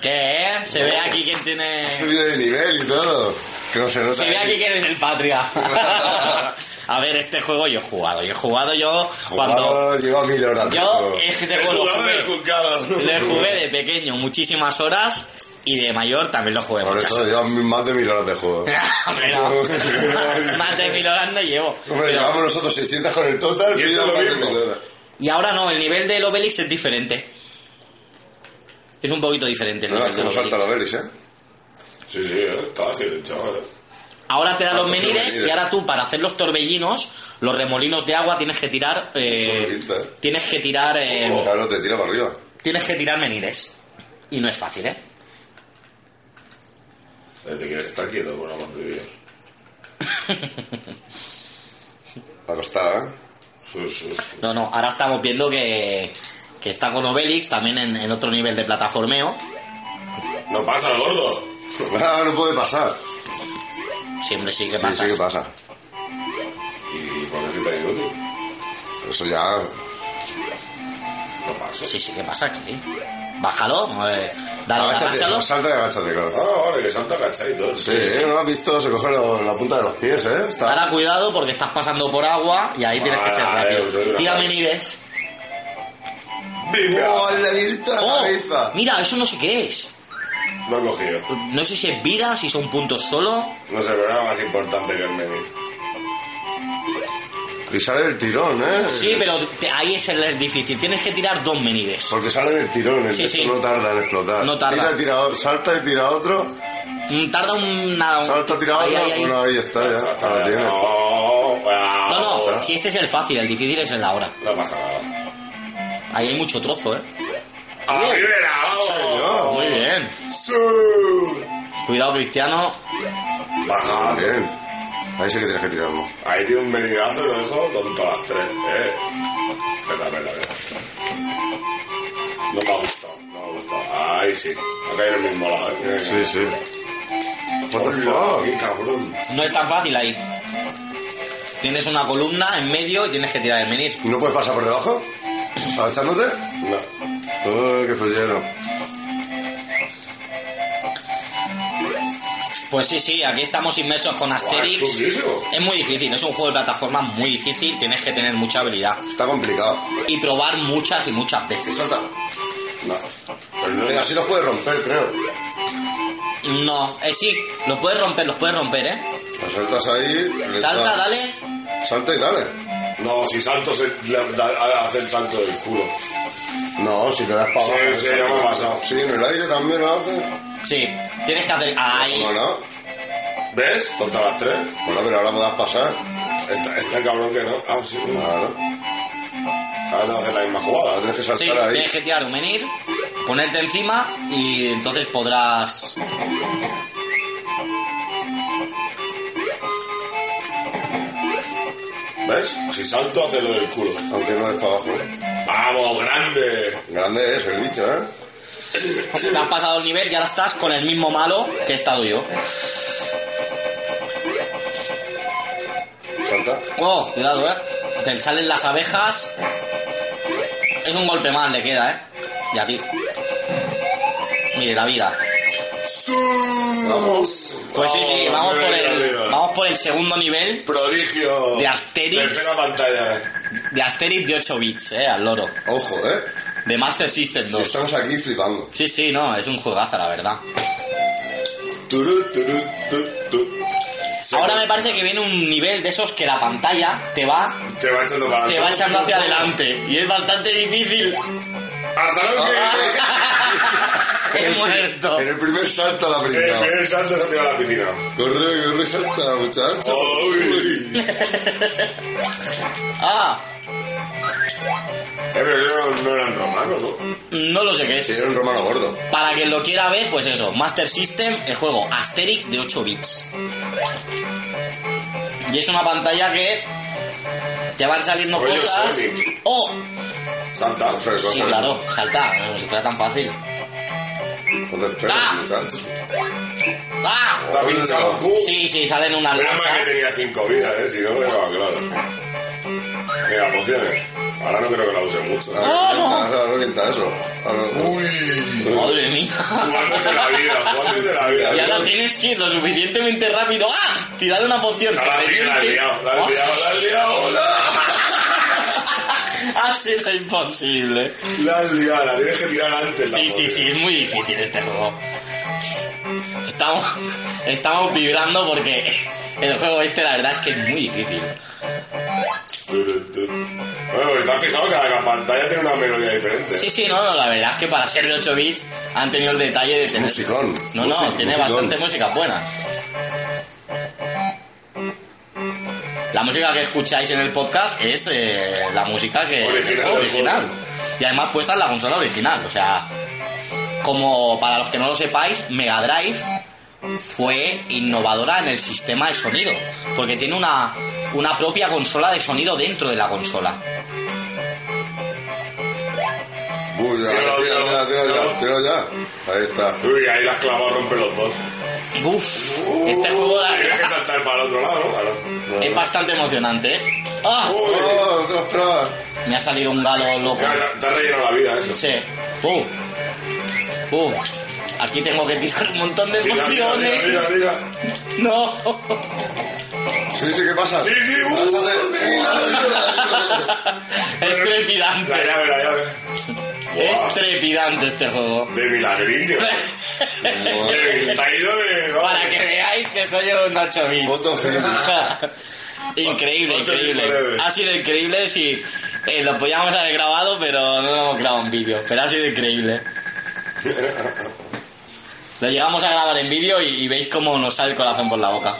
Speaker 2: ¿Qué? eh? Se ve aquí quién tiene...
Speaker 3: Ha subido de nivel y todo. Que no se nota.
Speaker 2: Se ve aquí que eres el patria. A ver, este juego yo he jugado. Yo he jugado yo cuando...
Speaker 3: Jugado, lleva mil horas.
Speaker 2: Yo
Speaker 3: tío.
Speaker 2: este
Speaker 4: El
Speaker 2: juego lo
Speaker 4: jugador del
Speaker 2: jugué,
Speaker 4: juzgado.
Speaker 2: lo jugué de pequeño muchísimas horas y de mayor también lo jugué
Speaker 3: Por
Speaker 2: muchas
Speaker 3: eso
Speaker 2: horas.
Speaker 3: lleva más de mil horas de juego.
Speaker 2: Eh. Hombre, no. Más de mil horas no llevo.
Speaker 3: Hombre,
Speaker 2: Pero-
Speaker 3: llevamos nosotros 600 con el total
Speaker 4: Y esto
Speaker 3: ya
Speaker 4: lo
Speaker 3: más de
Speaker 4: mismo.
Speaker 3: 1000 horas.
Speaker 2: Y ahora no, el nivel del Obelix es diferente. Es un poquito diferente el
Speaker 3: No,
Speaker 2: nivel
Speaker 3: no
Speaker 2: del
Speaker 3: Ah, salta
Speaker 2: Obelix.
Speaker 3: la Beris, ¿eh?
Speaker 4: Sí, sí, ¿eh? está ágil el chaval.
Speaker 2: Ahora te da los
Speaker 3: Tantos
Speaker 2: menires
Speaker 3: torbellinos.
Speaker 2: y ahora tú para hacer los torbellinos, los remolinos de agua tienes que tirar, eh,
Speaker 3: Eso me pinta, ¿eh?
Speaker 2: tienes que tirar, eh,
Speaker 3: Claro, te tira para arriba.
Speaker 2: tienes que tirar menires y no es fácil, ¿eh?
Speaker 4: Eh, Te quieres estar quieto, por amor de Dios.
Speaker 3: La costada, ¿eh?
Speaker 4: Sí, sí, sí.
Speaker 2: No, no. Ahora estamos viendo que, que está con Obelix también en, en otro nivel de plataformeo.
Speaker 4: No pasa, gordo.
Speaker 3: Ah, no puede pasar.
Speaker 2: Siempre sí que
Speaker 3: Sí,
Speaker 2: pasa.
Speaker 3: sí que pasa.
Speaker 4: Y por qué soy tan inútil.
Speaker 3: Eso ya...
Speaker 4: No pasa.
Speaker 2: sí, sí que pasa, sí. Bájalo, eh, dale,
Speaker 3: Agáchate,
Speaker 2: agáchalo.
Speaker 3: salta y agáchate, claro.
Speaker 4: Ah, vale, que salta cachai y todo.
Speaker 3: Sí, ¿eh? ¿no lo has visto? Se coge lo- la punta de los pies, ¿eh? Está...
Speaker 2: Ahora cuidado porque estás pasando por agua y ahí tienes que ser
Speaker 4: Vale,
Speaker 2: rápido.
Speaker 4: seguro.
Speaker 2: Tira menires.
Speaker 4: ¡Venga!
Speaker 3: ¡Oh, le abierto la
Speaker 2: ¡Oh!
Speaker 3: cabeza!
Speaker 2: Mira, eso no sé qué es.
Speaker 4: Lo he cogido.
Speaker 2: No sé si es vida, si son puntos solo.
Speaker 4: No sé, pero era más importante que el menú.
Speaker 3: Y sale del tirón, ¿eh?
Speaker 2: Sí, pero te- ahí es el difícil. Tienes que tirar dos menires.
Speaker 3: Porque sale del tirón, el
Speaker 2: Sí,
Speaker 3: texto
Speaker 2: sí.
Speaker 3: no tarda en explotar.
Speaker 2: No tarda.
Speaker 3: Tira, tira, o- salta y tira otro.
Speaker 2: Mm, Tarda una...
Speaker 3: Salta, tira
Speaker 2: Ahí,
Speaker 3: otro.
Speaker 2: ahí, ahí.
Speaker 3: Bueno, ahí está, ya.
Speaker 4: Hasta
Speaker 3: Está, la
Speaker 4: ya.
Speaker 3: tiene.
Speaker 4: No,
Speaker 2: No, no,
Speaker 4: ah,
Speaker 2: si este es el fácil, el difícil es el ahora.
Speaker 4: No pasa nada.
Speaker 2: Ahí hay mucho trozo, ¿eh?
Speaker 4: ¡A la primera! ¡Vamos!
Speaker 2: Muy bien.
Speaker 4: ¡Sí!
Speaker 2: Cuidado, Cristiano.
Speaker 3: Ah,
Speaker 4: Baja.
Speaker 3: bien. Ahí sí que tienes que tirarlo.
Speaker 4: Ahí tiene un menigazo y lo dejo tonto a las tres, eh. Venga, venga, venga. No me ha gustado, no me ha gustado. Ahí sí. Acá hay en el mismo lado, eh.
Speaker 3: Sí, sí. What the
Speaker 4: Hola,
Speaker 3: fuck?
Speaker 4: qué cabrón.
Speaker 2: No es tan fácil ahí. Tienes una columna en medio y tienes que tirar el menir.
Speaker 3: ¿No puedes pasar por debajo? ¿Agachándote?
Speaker 4: No.
Speaker 3: Oh, qué follero.
Speaker 2: Pues sí, sí, aquí estamos inmersos con Asterix.
Speaker 4: Guau, es chunguísimo.
Speaker 2: es muy difícil, es un juego de plataforma muy difícil, tienes que tener mucha habilidad.
Speaker 3: Está complicado.
Speaker 2: Y probar muchas y muchas veces.
Speaker 3: Salta.
Speaker 4: No. Pero no,
Speaker 3: Venga, así los puedes romper, creo.
Speaker 2: No, eh, sí, los puedes romper, los puedes romper, ¿eh?
Speaker 3: Lo saltas ahí. le
Speaker 2: Salta,
Speaker 3: das-
Speaker 2: dale.
Speaker 3: Salta y dale.
Speaker 4: no, si salto se le- da- hace el salto del culo.
Speaker 3: No, si no le has pagado.
Speaker 4: Sí, sí, ya me ha pasado.
Speaker 3: Sí, en el aire también lo haces.
Speaker 2: Sí, tienes que hacer. Ahí.
Speaker 3: ¿Cómo no?
Speaker 4: ¿Ves? Tonto a las tres.
Speaker 3: Bueno, pero ahora me das pasar.
Speaker 4: Está, está cabrón que no. Ah, sí. no.
Speaker 3: Claro.
Speaker 4: Ahora tengo que hacer la misma
Speaker 3: Ahora
Speaker 4: jugada.
Speaker 3: tienes que
Speaker 2: Sí,
Speaker 3: saltar ahí.
Speaker 2: tienes que tirar un menir, ponerte encima y entonces podrás.
Speaker 4: ¿Ves? Si salto, hace lo del culo.
Speaker 3: Aunque no es para abajo.
Speaker 4: ¡Vamos, grande!
Speaker 3: Grande es el bicho, ¿eh?
Speaker 2: Te has pasado el nivel y ahora estás con el mismo malo que he estado yo.
Speaker 3: Salta.
Speaker 2: Oh, cuidado, eh. Te salen las abejas. Es un golpe más, le queda, eh. Y a ti. Mire, la vida.
Speaker 4: ¡Vamos!
Speaker 2: Pues sí, sí, vamos por
Speaker 4: Oh, mira,
Speaker 2: el,
Speaker 4: mira.
Speaker 2: vamos por el segundo nivel
Speaker 4: Prodigio.
Speaker 2: De Asterix.
Speaker 4: Tercera pantalla.
Speaker 2: de Asterix de 8 bits, eh, al loro.
Speaker 3: Ojo, ¿eh?
Speaker 2: De Master System 2.
Speaker 3: Estamos aquí flipando.
Speaker 2: Sí, sí, no, es un juegazo, la verdad.
Speaker 4: Turú, turú, tu, tu. Se-
Speaker 2: Ahora me parece que viene un nivel de esos que la pantalla te va,
Speaker 4: Te va echando para
Speaker 2: te va echando hacia adelante. Y es bastante difícil.
Speaker 4: ¡Hasta luego!
Speaker 2: Ah. He muerto.
Speaker 3: En el primer salto la
Speaker 4: El
Speaker 3: primera.
Speaker 4: primer salto se ha tirado a la piscina.
Speaker 3: Corre, corre, salta, muchacho.
Speaker 4: Oh. ¡Uy!
Speaker 2: Ah,
Speaker 4: Eh, pero no, no eran romanos, ¿no?
Speaker 2: no lo sé qué es.
Speaker 3: Sí, era un romano gordo.
Speaker 2: Para quien lo quiera ver, pues eso, Master System, el juego Asterix de 8 bits. Y es una pantalla que te van saliendo
Speaker 3: Pues
Speaker 4: Rollo
Speaker 2: cosas.
Speaker 4: Sonic.
Speaker 2: ¡Oh!
Speaker 4: Santa.
Speaker 2: Sí, claro, salta, no si fuera tan fácil.
Speaker 3: Joder, pero,
Speaker 2: Ah.
Speaker 3: muchacho.
Speaker 2: ¡Ah!
Speaker 4: Está pinchado. ¡Uh!
Speaker 2: Sí, sí, salen unas
Speaker 4: Menos mal que
Speaker 2: lanzas.
Speaker 4: tenía cinco vidas, ¿eh? Si no, me quedaba claro. Mira, pociones. Ahora no creo que la use mucho. ¿eh?
Speaker 3: Ahora revienta eso. Ahora-
Speaker 4: ¡Uy!
Speaker 2: Madre mía.
Speaker 4: Jugándose la vida, jugándose la vida.
Speaker 2: Y ahora tienes que ir lo suficientemente rápido. ¡Ah! Tirar una poción.
Speaker 4: Ahora sí que la has
Speaker 2: que-
Speaker 4: liado, la has liado, la has liado.
Speaker 2: Ha sido imposible.
Speaker 4: La has liado, la tienes que tirar antes. la
Speaker 2: Sí, sí,
Speaker 4: poción.
Speaker 2: sí, es muy difícil este juego. Estamos, estamos vibrando porque el juego este la verdad es que es muy difícil.
Speaker 4: Bueno, pero te has fijado que la pantalla tiene una melodía diferente.
Speaker 2: Sí, sí, no, no, la verdad es que para ser de 8 bits han tenido el detalle de tener...
Speaker 3: Musicón.
Speaker 2: No, no,
Speaker 3: Musi-
Speaker 2: tiene
Speaker 3: musicón.
Speaker 2: bastante músicas buenas. La música que escucháis en el podcast es eh, la música que
Speaker 4: Original
Speaker 2: del juego
Speaker 4: del juego.
Speaker 2: original. Y además puesta en la consola original. O sea, como para los que no lo sepáis, Mega Drive fue innovadora en el sistema de sonido. Porque tiene una, una propia consola de sonido dentro de la consola.
Speaker 3: Uy, ya,
Speaker 4: Tíralo,
Speaker 3: tira,
Speaker 4: tíralo,
Speaker 3: tira, tira,
Speaker 4: tíralo.
Speaker 3: ya, tira ya. Ahí está.
Speaker 4: Uy, ahí la has clavado, rompe los dos.
Speaker 2: Uf, este juego la
Speaker 4: Tienes que
Speaker 2: verdad,
Speaker 4: saltar para el otro lado, ¿no? Claro.
Speaker 2: es bastante emocionante. ¿eh? ¡Ah!
Speaker 4: Uy,
Speaker 3: ¡Oh, otras pruebas!
Speaker 2: Me ha salido un galo loco.
Speaker 4: ya, ya, te has rellenado la vida, eso.
Speaker 2: Sí. Uh. Uh. Aquí tengo que tirar un montón de
Speaker 4: Tira, tira,
Speaker 2: pociones.
Speaker 4: tira, tira, tira.
Speaker 2: No.
Speaker 3: Sí, sí, ¿qué pasa?
Speaker 4: Sí, sí, uh,
Speaker 2: es
Speaker 4: La
Speaker 2: trepidante.
Speaker 4: llave, la llave.
Speaker 2: Es trepidante este juego.
Speaker 4: De milagrillo. Eh, Te ha ido de...
Speaker 2: Para que veáis que soy un 8 bits.
Speaker 3: Voto feliz.
Speaker 2: increíble,
Speaker 4: Ocho bits
Speaker 2: increíble.
Speaker 4: forever.
Speaker 2: Ha sido increíble si lo podíamos haber grabado, pero no lo hemos grabado en vídeo. Pero ha sido increíble. Lo llegamos a grabar en vídeo y, y veis cómo nos sale el corazón por la boca.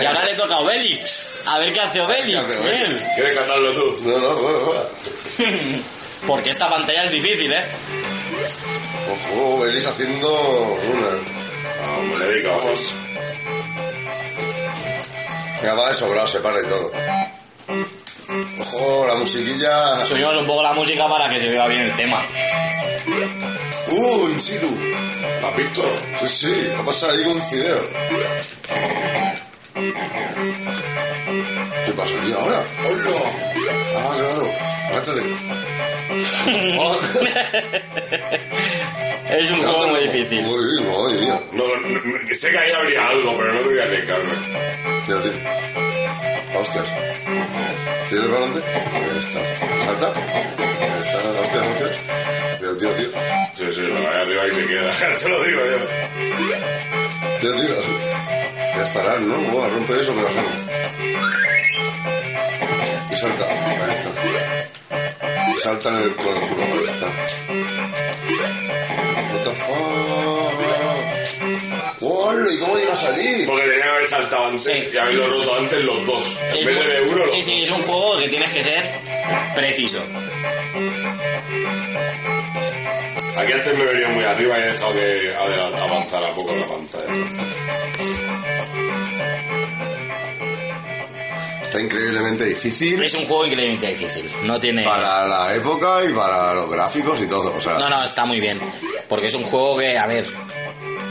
Speaker 2: Y ahora le toca a Obelix. A ver qué hace Obelix.
Speaker 3: Obelix.
Speaker 2: bien.
Speaker 4: ¿Quieres cantarlo tú?
Speaker 3: No, no, bueno, bueno.
Speaker 2: Porque esta pantalla es difícil, ¿eh?
Speaker 3: Ojo, venís haciendo una.
Speaker 4: Vamos, le digo, vamos.
Speaker 3: Ya va de sobrado, se para y todo. Ojo, la musiquilla.
Speaker 2: Subimos un poco la música para que se vea bien el tema.
Speaker 3: Uh, in situ.
Speaker 4: ¿La has visto?
Speaker 3: Sí, sí, ha pasado ahí con un fideo. ¿Qué pasa aquí ahora?
Speaker 4: ¡Hola!
Speaker 3: Ah, claro. Antes de.
Speaker 2: Es un juego muy difícil.
Speaker 3: Uy, madre mía.
Speaker 4: No, no, no, sé que ahí habría algo, pero no te voy a arriesgarme.
Speaker 3: Mira, tío. Hostias. ¿Tienes el balón? Ahí está. Salta. Ahí está, hostias, hostias. Pero tío, tío.
Speaker 4: Sí, sí, la de arriba y se queda. Te lo digo yo.
Speaker 3: Tío, tío. Ya estarán, ¿no? Buah, rompe eso, pero así. Y salta. Ahí está. Y salta en el, con el culo. Ahí está. What the fuck? Gol, ¿Y cómo llegas allí?
Speaker 4: Porque tenía que haber saltado antes
Speaker 2: Sí.
Speaker 4: y haberlo roto antes los dos. En vez de uno, los
Speaker 2: Sí, sí, es un juego que tienes que ser preciso.
Speaker 4: Aquí antes me venía muy arriba y he dejado que adelant- avanzara un poco la pantalla.
Speaker 3: Está increíblemente difícil
Speaker 2: Es un juego increíblemente difícil. No tiene.
Speaker 3: para la época y para los gráficos y todo. O sea,
Speaker 2: No, no, está muy bien. Porque es un juego que, a ver,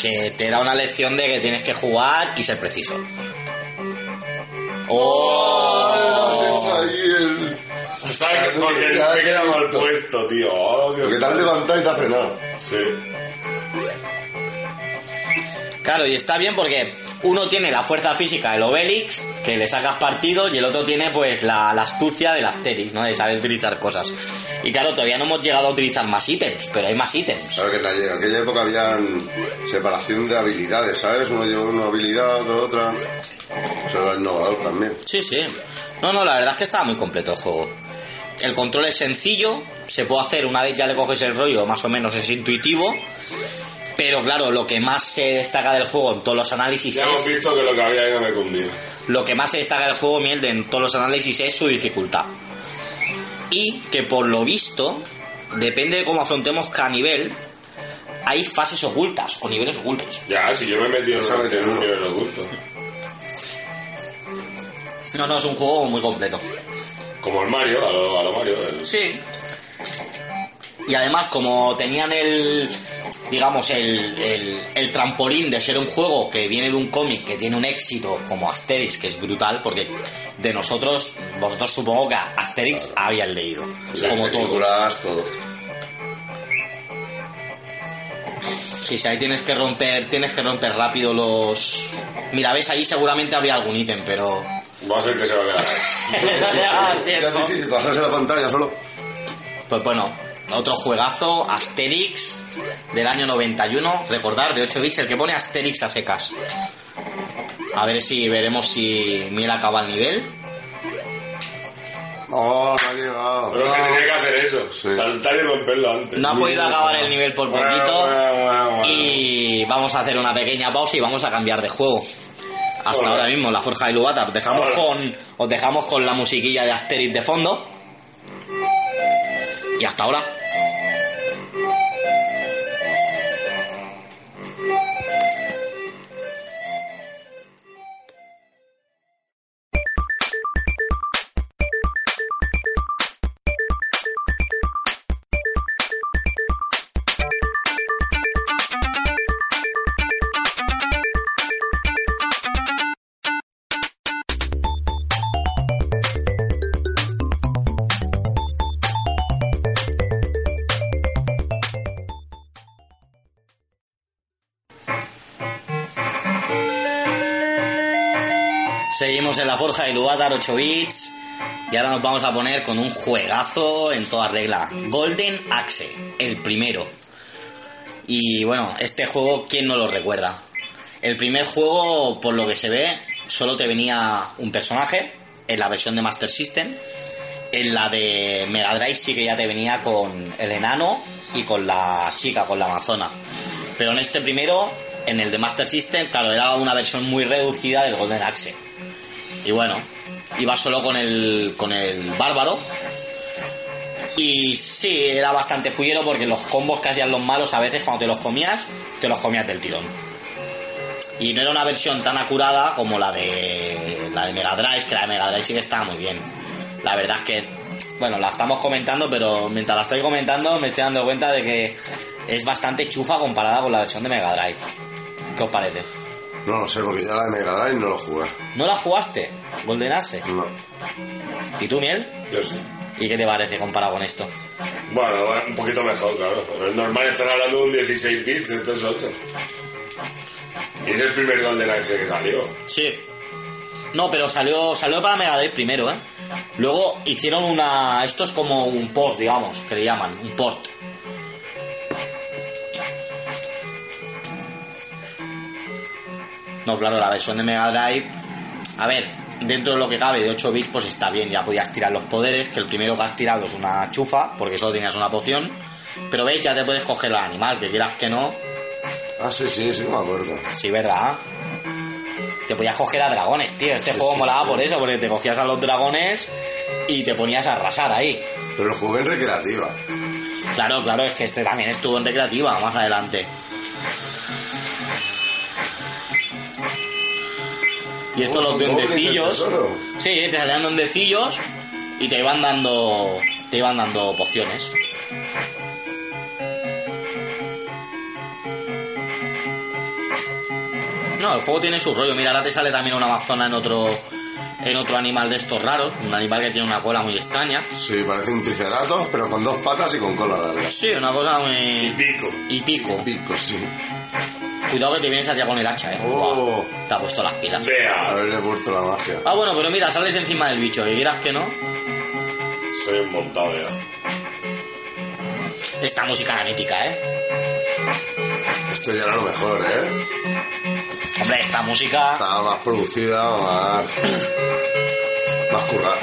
Speaker 2: que te da una lección de que tienes que jugar y ser preciso.
Speaker 3: has
Speaker 2: ¡Oh!
Speaker 3: hecho ahí el-
Speaker 4: ¿Sabes? Porque me queda mal puesto, tío. Oh, Dios
Speaker 3: Porque te has
Speaker 4: mío.
Speaker 3: levantado y te has frenado.
Speaker 4: Sí.
Speaker 2: Claro, y está bien porque uno tiene la fuerza física del Obelix, que le sacas partido, y el otro tiene pues la, la astucia del Asterix, ¿no? De saber utilizar cosas. Y claro, todavía no hemos llegado a utilizar más ítems, pero hay más ítems.
Speaker 3: Claro que en la- en aquella época habían separación de habilidades, ¿sabes? Uno llevaba una habilidad, otro otra. Eso era innovador también.
Speaker 2: Sí, sí. No, no, la verdad es que estaba muy completo el juego. El control es sencillo, se puede hacer una vez ya le coges el rollo, más o menos es intuitivo. Pero claro, lo que más se destaca del juego en todos los análisis
Speaker 4: Ya hemos
Speaker 2: es.
Speaker 4: visto que lo que había ahí no me cundía.
Speaker 2: Lo que más se destaca del juego, Mielde, en todos los análisis es su dificultad. Y que por lo visto, depende de cómo afrontemos cada nivel, hay fases ocultas o niveles ocultos.
Speaker 4: Ya, si yo me he metido en
Speaker 3: Sabe que
Speaker 4: en un
Speaker 3: no.
Speaker 4: nivel oculto.
Speaker 2: No, no, es un juego muy completo.
Speaker 4: Como el Mario, a lo, a lo Mario. el-
Speaker 2: Sí. Y además, como tenían el, digamos, el, el, el trampolín de ser un juego que viene de un cómic que tiene un éxito como Asterix, que es brutal, porque de nosotros, vosotros supongo que a Asterix habían leído,
Speaker 3: Sí,
Speaker 2: como todos.
Speaker 3: películas, todo.
Speaker 2: Sí, sí, ahí tienes que romper, tienes que romper rápido los... Mira, ves, ahí seguramente habría algún ítem, pero...
Speaker 4: Va a ser que se va a quedar.
Speaker 2: Ah,
Speaker 3: Ya es
Speaker 2: cierto.
Speaker 3: difícil pasarse la pantalla solo.
Speaker 2: Pues bueno, otro juegazo, Asterix, del año 91, recordar, de 8 bits, el que pone Asterix a secas. A ver si veremos si Miel acaba el nivel.
Speaker 3: No, no ha llegado.
Speaker 4: Pero es que tenía que hacer eso.
Speaker 3: Sí.
Speaker 4: Saltar y romperlo antes.
Speaker 2: No ha podido acabar el nivel por poquito.
Speaker 4: Guau, guau, guau.
Speaker 2: Y vamos a hacer una pequeña pausa y vamos a cambiar de juego. Hasta
Speaker 4: Hola.
Speaker 2: ahora mismo, la Forja de Lubatar. Dejamos
Speaker 4: Hola.
Speaker 2: con, os dejamos con la musiquilla de Asterix de fondo. Y hasta ahora. Seguimos en la forja de Luatar 8 bits. Y ahora nos vamos a poner con un juegazo en toda regla. Golden Axe, el primero. Y bueno, este juego, ¿quién no lo recuerda? El primer juego, por lo que se ve, solo te venía un personaje en la versión de Master System. En la de Mega Drive sí que ya te venía con el enano y con la chica, con la amazona. Pero en este primero, en el de Master System, claro, era una versión muy reducida del Golden Axe. Y bueno, iba solo con el, con el bárbaro. Y sí, era bastante fullero porque los combos que hacían los malos a veces cuando te los comías, te los comías del tirón. Y no era una versión tan acurada como la de la de Mega Drive, que la de Mega Drive sí que estaba muy bien. La verdad es que, bueno, la estamos comentando, pero mientras la estoy comentando me estoy dando cuenta de que es bastante chufa comparada con la versión de Mega Drive. ¿Qué os parece?
Speaker 3: No lo sé, porque ya la de Mega Drive no lo jugué.
Speaker 2: ¿No la jugaste? Golden Axe.
Speaker 3: No.
Speaker 2: ¿Y tú, Miel?
Speaker 4: Yo sí.
Speaker 2: ¿Y qué te parece comparado con esto?
Speaker 4: Bueno, va un poquito mejor, claro. Pero es normal estar hablando de un 16 bits, esto es 8. Y es el primer Golden Axe que salió.
Speaker 2: Sí. No, pero salió, salió para Mega Drive primero, ¿eh? Luego hicieron una. Esto es como un post, digamos, que le llaman, un port. No, claro, la versión de Mega Drive. A ver, dentro de lo que cabe de 8 bits, pues está bien, ya podías tirar los poderes, que el primero que has tirado es una chufa, porque solo tenías una poción. Pero veis, ya te puedes coger el animal, que quieras que no,
Speaker 3: Ah, sí, sí, sí, me acuerdo.
Speaker 2: Sí, ¿verdad? Te podías coger a dragones, tío. Este
Speaker 3: Sí,
Speaker 2: juego
Speaker 3: sí,
Speaker 2: molaba
Speaker 3: sí.
Speaker 2: por eso, porque te cogías a los dragones y te ponías a arrasar ahí.
Speaker 3: Pero lo jugué en recreativa.
Speaker 2: Claro, claro, es que este también estuvo en recreativa más adelante. Y estos los
Speaker 3: Golden Axe
Speaker 2: duendecillos.
Speaker 3: del tesoro.
Speaker 2: Sí, te salían duendecillos y te iban dando. Te iban dando pociones. No, el juego tiene su rollo. Mira, ahora te sale también una amazona en otro. En otro animal de estos raros, un animal que tiene una cola muy extraña.
Speaker 3: Sí, parece un triceratops, pero con dos patas y con cola larga.
Speaker 2: Sí, una cosa muy.
Speaker 4: Y pico.
Speaker 2: Y pico.
Speaker 3: Pico, sí.
Speaker 2: Cuidado que te vienes hacia con el hacha, eh.
Speaker 3: Oh.
Speaker 2: Buah, Te ha puesto las pilas.
Speaker 4: Vea,
Speaker 3: Haberle puesto la magia.
Speaker 2: Ah, bueno, pero mira, sales encima del bicho, que quieras que no.
Speaker 4: soy un montado ya.
Speaker 2: Esta música era mítica, eh.
Speaker 3: Esto ya era lo mejor, ¿eh?
Speaker 2: Hombre, esta música.
Speaker 3: Estaba más producida, más. más currada.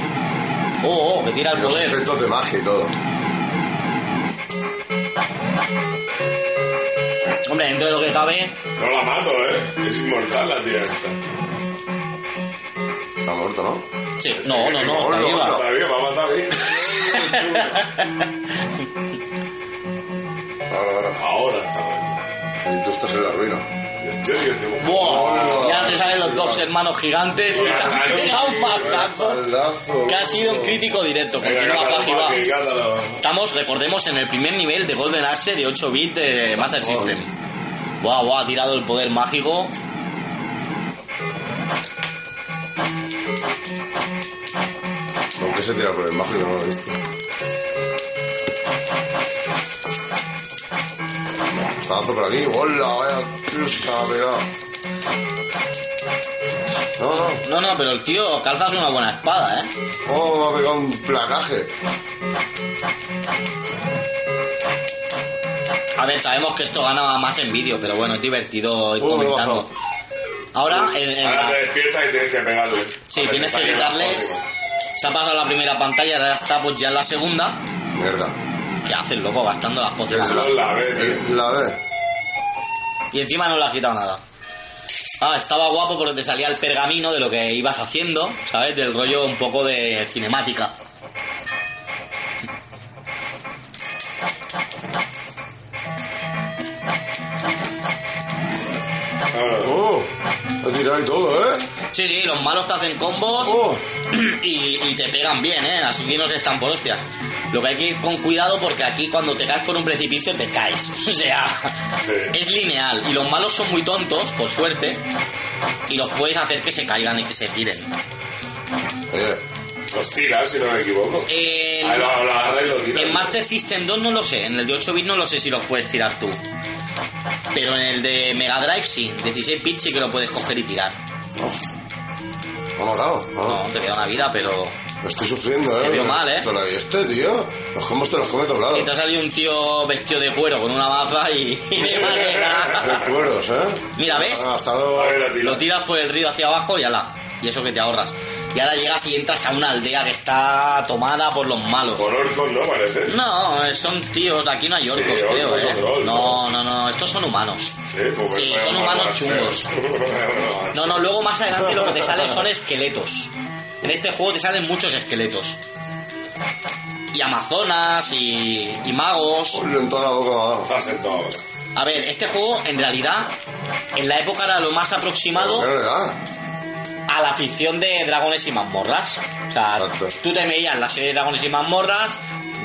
Speaker 2: Oh, oh, que tira
Speaker 3: Y
Speaker 2: el
Speaker 3: los
Speaker 2: poder.
Speaker 3: efectos de magia y todo.
Speaker 2: Hombre, dentro de lo que cabe.
Speaker 4: No la mato, ¿eh? Es inmortal la tía esta.
Speaker 3: Está muerto, ¿no?
Speaker 2: Sí, no, no, no, está
Speaker 3: No, no,
Speaker 2: viva.
Speaker 3: no.
Speaker 4: Está bien, va a matar bien.
Speaker 3: Ahora, ahora.
Speaker 4: Ahora está bien.
Speaker 3: Y tú estás en la ruina.
Speaker 4: Yo sí que estoy...
Speaker 2: Buah, ya te salen los
Speaker 3: sí,
Speaker 2: dos
Speaker 3: va.
Speaker 2: hermanos gigantes. Y te han pegado un mazazo.
Speaker 3: Baldazo.
Speaker 2: Que ha sido un crítico directo.
Speaker 4: Venga,
Speaker 2: Continúa,
Speaker 4: cátalo,
Speaker 2: Flaji, va.
Speaker 4: Flaji, cátalo.
Speaker 2: Estamos, recordemos, en el primer nivel de Golden Axe de 8 bits de Master System. Guau, guau, ha tirado el poder mágico.
Speaker 3: ¿Con qué se tira por el mágico? No lo he visto. Paso por aquí. ¡Hola! ¡Vaya crusca, mira! No, no.
Speaker 2: No, no, pero el tío calzas una buena espada, ¿eh?
Speaker 3: ¡Oh, me ha pegado un placaje!
Speaker 2: A ver, sabemos que esto gana más en vídeo, pero bueno, es divertido ir
Speaker 3: Uh, me he
Speaker 2: comentando.
Speaker 3: bajado.
Speaker 2: Ahora, en- en
Speaker 4: Ahora
Speaker 2: la-
Speaker 4: te despiertas y tienes que pegarle.
Speaker 2: sí,
Speaker 4: A
Speaker 2: tienes
Speaker 4: ver, te
Speaker 2: que
Speaker 4: sale la
Speaker 2: quitarles.
Speaker 4: próxima.
Speaker 2: Se ha pasado la primera pantalla, ahora está pues ya en la segunda.
Speaker 3: Mierda.
Speaker 2: ¿Qué haces, loco? Gastando las
Speaker 4: Que
Speaker 2: pociones.
Speaker 4: se los lave, tío.
Speaker 3: La ve.
Speaker 2: Y encima no le has quitado nada. Ah, estaba guapo porque te salía el pergamino de lo que ibas haciendo, ¿sabes? Del rollo un poco de cinemática.
Speaker 4: Ahora,
Speaker 3: ¡Oh! Ha tirado y todo, ¿eh?
Speaker 2: Sí, sí, los malos te hacen combos
Speaker 3: ¡Oh!
Speaker 2: y, y te pegan bien, ¿eh? Así que no se están por hostias. Lo que hay que ir con cuidado porque aquí cuando te caes por un precipicio te caes. O sea,
Speaker 4: Sí.
Speaker 2: es lineal. Y los malos son muy tontos, por suerte, y los puedes hacer que se caigan y que se tiren.
Speaker 3: Oye,
Speaker 4: los tiras, si no me equivoco.
Speaker 2: En,
Speaker 4: Ahí lo, lo agarra y lo tira.
Speaker 2: en Master System 2 no lo sé, en el de 8 bits no lo sé si los puedes tirar tú. Pero en el de Mega Drive sí, 16 bits sí que lo puedes coger y tirar.
Speaker 3: me ha matado.
Speaker 2: No, te queda una vida, pero...
Speaker 3: Lo estoy sufriendo, ¿eh?
Speaker 2: Te veo mal, ¿eh?
Speaker 3: Te lo- ¿Y este, tío? Los combos te los come doblado.
Speaker 2: Y te ha salido un tío vestido de cuero con una baza y... y de madera.
Speaker 3: De cueros, ¿eh?
Speaker 2: Mira, ¿ves?
Speaker 3: Ah, hasta luego.
Speaker 4: A ver, la tira.
Speaker 2: Lo tiras por el río hacia abajo y ala. Y eso que te ahorras. Y ahora llegas y entras a una aldea que está tomada por los malos.
Speaker 4: Por orcos no parece.
Speaker 2: No, eh, son tíos, aquí no hay orcos,
Speaker 4: orcos
Speaker 2: creo,
Speaker 4: o
Speaker 2: eh.
Speaker 4: trolls,
Speaker 2: no, no, no, estos son humanos.
Speaker 4: Sí, pues
Speaker 2: Sí, son
Speaker 4: bueno, bueno,
Speaker 2: humanos
Speaker 4: más
Speaker 2: chungos.
Speaker 4: feos.
Speaker 2: No, no, luego más adelante lo que te sale son esqueletos. En este juego te salen muchos esqueletos. Y amazonas y, y magos.
Speaker 3: Ponlo en toda la boca abajo.
Speaker 4: Estás sentado ahora.
Speaker 2: A ver, este juego en realidad en la época era lo más aproximado
Speaker 3: ah, Pero, ¿qué le da?
Speaker 2: a a la afición de Dragones y Mazmorras. O sea,
Speaker 3: Exacto.
Speaker 2: tú te veías la serie de Dragones y Mazmorras,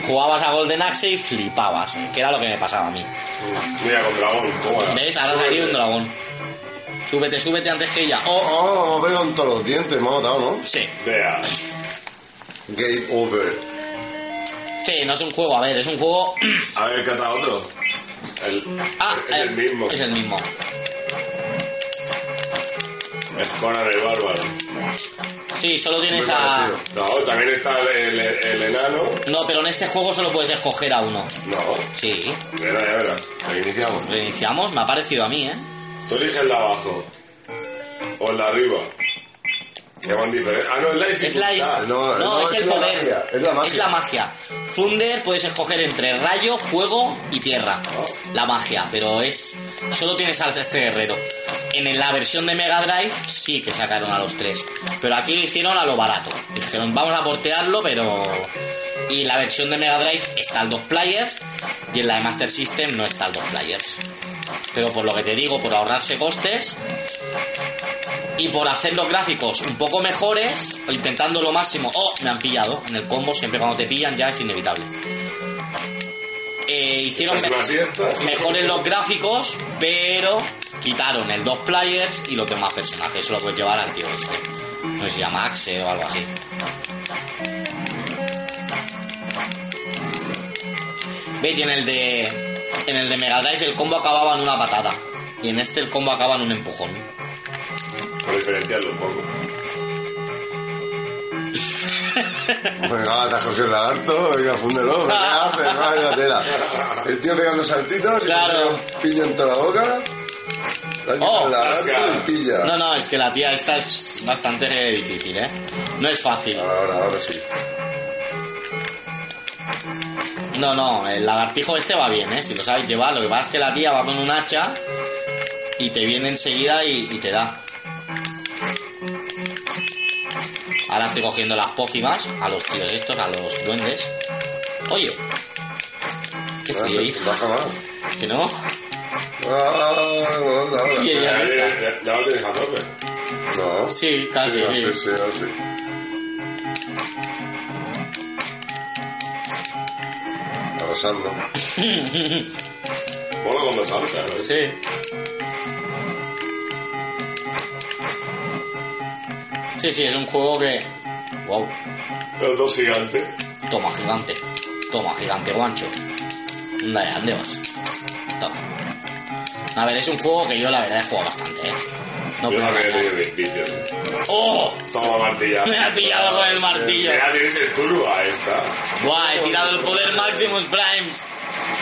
Speaker 2: jugabas a Golden Axe y flipabas, que era lo que me pasaba a mí.
Speaker 4: Mira, con dragón, toma.
Speaker 2: ¿Ves? Ahora ha salido un dragón. Súbete, súbete antes que ella. Oh,
Speaker 3: Oh, me veo con todos los dientes, me ha matado, ¿no?
Speaker 2: sí.
Speaker 4: Vea.
Speaker 3: Game over.
Speaker 2: Sí, no es un juego, a ver, es un juego.
Speaker 4: A ver, cata otro. El-
Speaker 2: Ah,
Speaker 4: es el,
Speaker 2: eh,
Speaker 4: mismo.
Speaker 2: Es
Speaker 4: Es,
Speaker 2: el mismo.
Speaker 4: Conan el Bárbaro.
Speaker 2: Sí, solo tienes
Speaker 3: Muy
Speaker 2: a.
Speaker 3: parecido.
Speaker 4: No, también está el, el- el enano.
Speaker 2: No, pero en este juego solo puedes escoger a uno.
Speaker 4: No.
Speaker 2: Sí.
Speaker 4: Verá, ya verá. Ahí iniciamos.
Speaker 2: Reiniciamos, me ha parecido a mí, ¿eh?
Speaker 4: Tú eliges el de abajo. O el de arriba. Se llaman diferentes. Ah, no, es la
Speaker 2: Es la.
Speaker 4: dificultad.
Speaker 3: no, no,
Speaker 2: es,
Speaker 3: es
Speaker 2: el
Speaker 3: la
Speaker 2: poder.
Speaker 3: magia, es la magia.
Speaker 2: magia. Thunder puedes escoger entre rayo, fuego y tierra.
Speaker 4: Oh.
Speaker 2: La magia, pero es. Solo tienes al este guerrero. En la versión de Mega Drive sí que sacaron a los tres. Pero aquí lo hicieron a lo barato. Dijeron, vamos a portearlo, pero. Y en la versión de Mega Drive está el dos players. Y en la de Master System no está el dos players. Pero por lo que te digo, por ahorrarse costes y por hacer los gráficos un poco mejores, o intentando lo máximo. Oh, me han pillado. En el combo, siempre cuando te pillan, ya es inevitable. Eh, hicieron
Speaker 4: ¿Echas
Speaker 2: me-
Speaker 4: una siesta?
Speaker 2: mejores los gráficos, pero quitaron el dos players y los demás personajes. Solo puedes llevar al tío este. No sé si se llama Axe o algo así. ¿Veis? Y en el de. En el de Mega Drive el combo acababa en una patada. Y en este el combo acaba en un empujón.
Speaker 4: Por diferenciarlo un poco.
Speaker 3: Venga, va, Pues te has cogido el lagarto, venga, fúndelo, venga, haces, vaya tela. El tío pegando saltitos, y
Speaker 2: Claro.
Speaker 3: pone un piño en toda la boca, le ha quitado el lagarto
Speaker 4: casca.
Speaker 3: y pilla.
Speaker 2: No, no, es que la tía esta es bastante difícil, ¿eh? No es fácil.
Speaker 3: Ahora, ahora sí.
Speaker 2: No, no, el lagartijo este va bien, ¿eh? Si lo sabes llevar, lo que pasa es que la tía va con un hacha y te viene enseguida y, y te da. Ahora estoy cogiendo las pócimas a los tíos estos, a los duendes. Oye, ¿qué
Speaker 3: Ahora
Speaker 2: fui,
Speaker 3: sí, Baja más.
Speaker 2: ¿Que no?
Speaker 3: Ah, bueno, ahora.
Speaker 2: Y ella
Speaker 4: Ya,
Speaker 2: esta.
Speaker 4: ya- ya lo tienes a tope.
Speaker 3: No.
Speaker 2: Sí, casi.
Speaker 3: Ah, Sí, ahora
Speaker 2: sí.
Speaker 3: sí, sí, ahora sí. Arrasando.
Speaker 4: Mola cuando salta. ¿no?
Speaker 2: Sí. Sí, sí, es un juego que. ¡Wow!
Speaker 4: Los dos gigantes.
Speaker 2: Toma, gigante. Toma, gigante, guancho. Dale, ¿a ¿dónde vas? Toma. A ver, es un juego que yo la verdad he jugado bastante, ¿eh? No
Speaker 4: Yo
Speaker 2: puedo
Speaker 4: también he
Speaker 2: engañar.
Speaker 4: tenido mis vicios.
Speaker 2: ¡Oh!
Speaker 4: Toma martilla.
Speaker 2: Me ha pillado con el martillo.
Speaker 4: Mira, tienes el turbo. Ahí está.
Speaker 2: ¡Buah! He tirado el poder Maximus Primes.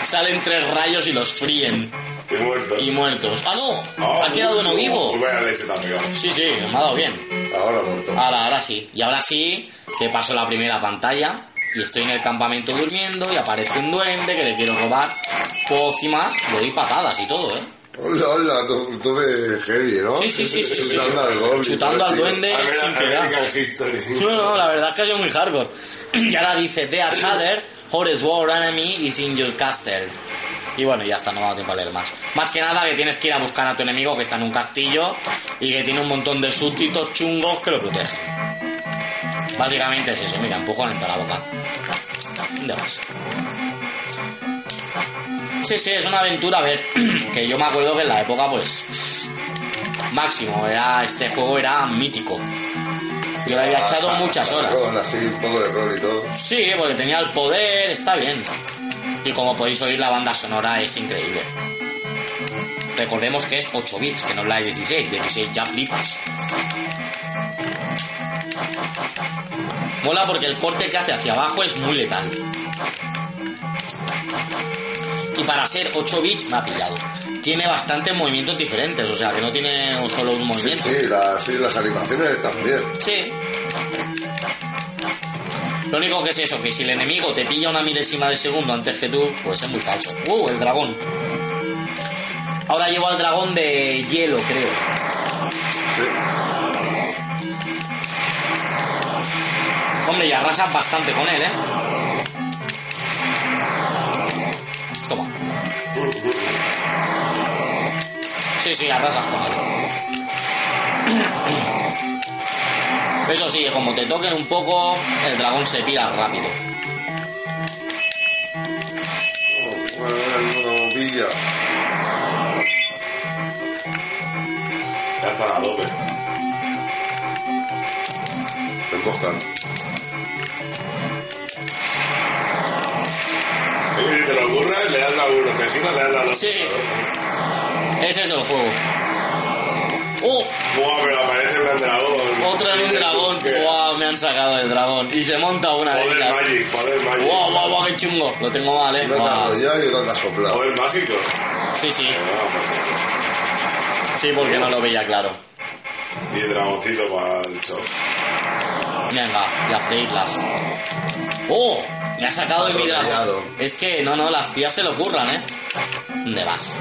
Speaker 2: Salen tres rayos y los fríen.
Speaker 4: Y muerto.
Speaker 2: Y muertos. ¡Ah, no!
Speaker 4: Ah,
Speaker 2: ha quedado uno
Speaker 4: uh,
Speaker 2: vivo.
Speaker 4: uh, Vaya leche tan pegado.
Speaker 2: Sí, sí, me ha dado bien.
Speaker 3: Ahora muerto.
Speaker 2: Ahora, ahora sí. Y ahora sí, que paso la primera pantalla y estoy en el campamento durmiendo y aparece un duende que le quiero robar pócimas, le doy patadas y todo, ¿eh?
Speaker 3: Hola, hola, tú, tú me heavy, ¿no?
Speaker 2: Sí, sí, sí, sí, sí.
Speaker 3: Chutando al goblin.
Speaker 2: Chutando al
Speaker 3: tío.
Speaker 2: duende
Speaker 4: A ver,
Speaker 2: sin piedad.
Speaker 4: American History.
Speaker 2: No, no, la verdad es que ha sido muy hardcore. Y ahora dice, The Shudder, Horace War Enemy is in your castle. Y bueno, ya está, no me ha dado tiempo a leer más. Más que nada que tienes que ir a buscar a tu enemigo que está en un castillo y que tiene un montón de súbditos chungos que lo protegen. Básicamente es eso, mira, empujón en toda la boca. ¿Dónde vas? Sí, sí, es una aventura, a ver, que yo me acuerdo que en la época, pues, máximo, era, este juego era mítico. Yo le había echado muchas horas.
Speaker 3: Con así, un poco de rol y todo.
Speaker 2: Sí, porque tenía el poder, está bien. Y como podéis oír, la banda sonora es increíble. Recordemos que es 8 bits, que no es la de 16. 16 ya flipas. Mola porque el corte que hace hacia abajo es muy letal. Y para ser 8 bits me ha pillado. Tiene bastantes movimientos diferentes, o sea que no tiene solo un
Speaker 3: Sí,
Speaker 2: movimiento.
Speaker 3: sí, la- sí, las animaciones también.
Speaker 2: Sí. Lo único que es eso, que si el enemigo te pilla una milésima de segundo antes que tú, pues es muy falso. ¡Uh, el dragón! Ahora llevo al dragón de hielo, creo.
Speaker 3: Sí.
Speaker 2: Hombre, y arrasas bastante con él, ¿eh? Toma. Sí, sí, arrasas con él. Eso sí, como te toquen un poco, el dragón se pira rápido.
Speaker 3: Bueno, no pilla.
Speaker 4: Ya está la doble.
Speaker 3: Te emboscan.
Speaker 4: Y si te lo ocurres, le das a uno, te giras, le das a los
Speaker 2: Sí. Ese es el juego. ¡Oh!
Speaker 4: Buah, pero aparece un gran dragón.
Speaker 2: Otra en un dragón.
Speaker 4: Que-
Speaker 2: ¡Guau! Me han sacado el dragón. Y se monta una de
Speaker 4: Poder
Speaker 2: ellas.
Speaker 4: Magic, poder Magic.
Speaker 2: ¡Guau, guau, guau! ¡Qué chungo! Lo tengo mal, eh.
Speaker 3: No te
Speaker 2: Guau.
Speaker 3: has rodeado y no te has soplado.
Speaker 4: Poder mágico.
Speaker 2: Sí, sí.
Speaker 4: Que no, pues,
Speaker 2: Sí, porque no lo veía claro.
Speaker 4: Y el dragoncito para el show.
Speaker 2: Venga, y a freírlas. ¡Oh! Me ha sacado de mi
Speaker 3: Atropellado.
Speaker 2: dragón. Es que, no, no, las tías se lo curran, ¿eh? ¿Dónde vas?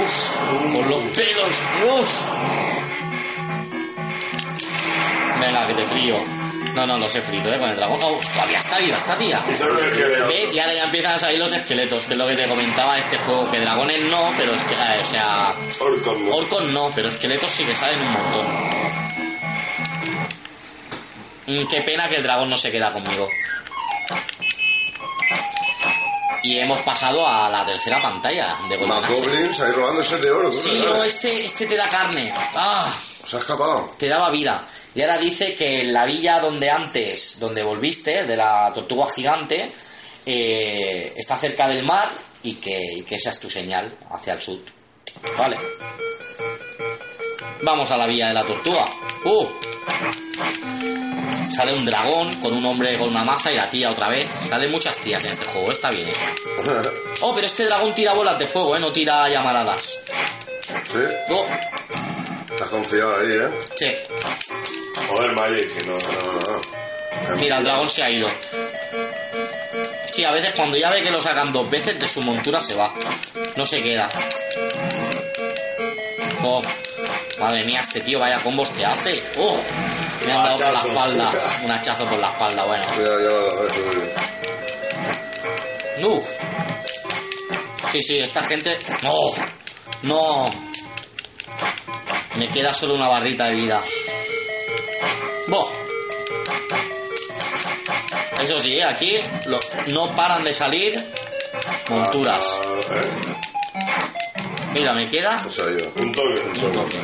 Speaker 2: ¡Uf! ¡Con los pelos! ¡Uf! Venga, que te frío. No, no, los he frito, ¿eh? Con el dragón. ¡Oh! Todavía está viva esta tía.
Speaker 4: Y solo el que le da.
Speaker 2: ¿Ves? Y ahora ya empiezan a salir los esqueletos, que es lo que te comentaba este juego. Que dragones no, pero es que, eh, o sea,
Speaker 4: Orcon, ¿no?
Speaker 2: Orcos no, pero esqueletos sí que salen un montón. Mm, qué pena que el dragón no se queda conmigo. Y hemos pasado a la tercera pantalla de Golden
Speaker 3: Más
Speaker 2: Axe.
Speaker 3: goblins ahí robando set de oro.
Speaker 2: Sí,
Speaker 3: coño,
Speaker 2: no,
Speaker 3: dale.
Speaker 2: este, este te da carne. Ah,
Speaker 3: Se ha escapado.
Speaker 2: te daba vida. Y ahora dice que en la villa donde antes, donde volviste, de la tortuga gigante, eh, está cerca del mar y que, y que esa es tu señal hacia el sur. Vale. Vamos a la villa de la tortuga. ¡Uh! Sale un dragón con un hombre con una maza y la tía otra vez. Salen muchas tías en este juego, está bien eso. Oh, pero este dragón tira bolas de fuego, ¿eh? No tira llamaradas.
Speaker 3: Sí,
Speaker 2: Oh,
Speaker 3: estás confiado ahí, ¿eh?
Speaker 2: che.
Speaker 4: Poder Magic, que no, no.
Speaker 3: No, no, no.
Speaker 2: Mira, el dragón se ha ido. Sí, a veces cuando ya ve que lo sacan dos veces de su montura se va. No se queda. Oh, madre mía, este tío, vaya combos que hace. Oh, me han dado por la
Speaker 4: Hachazo.
Speaker 2: espalda. Un hachazo por la espalda, bueno.
Speaker 3: Ya, ya lo has hecho muy bien.
Speaker 2: No. Sí, sí, esta gente. ¡No! ¡No! Me queda solo una barrita de vida. ¡Bo! Eso sí, aquí lo- no paran de salir monturas.
Speaker 4: Ah, ¿eh?
Speaker 2: Mira, me queda.
Speaker 3: No se ha ido.
Speaker 4: Un toque.
Speaker 2: un toque.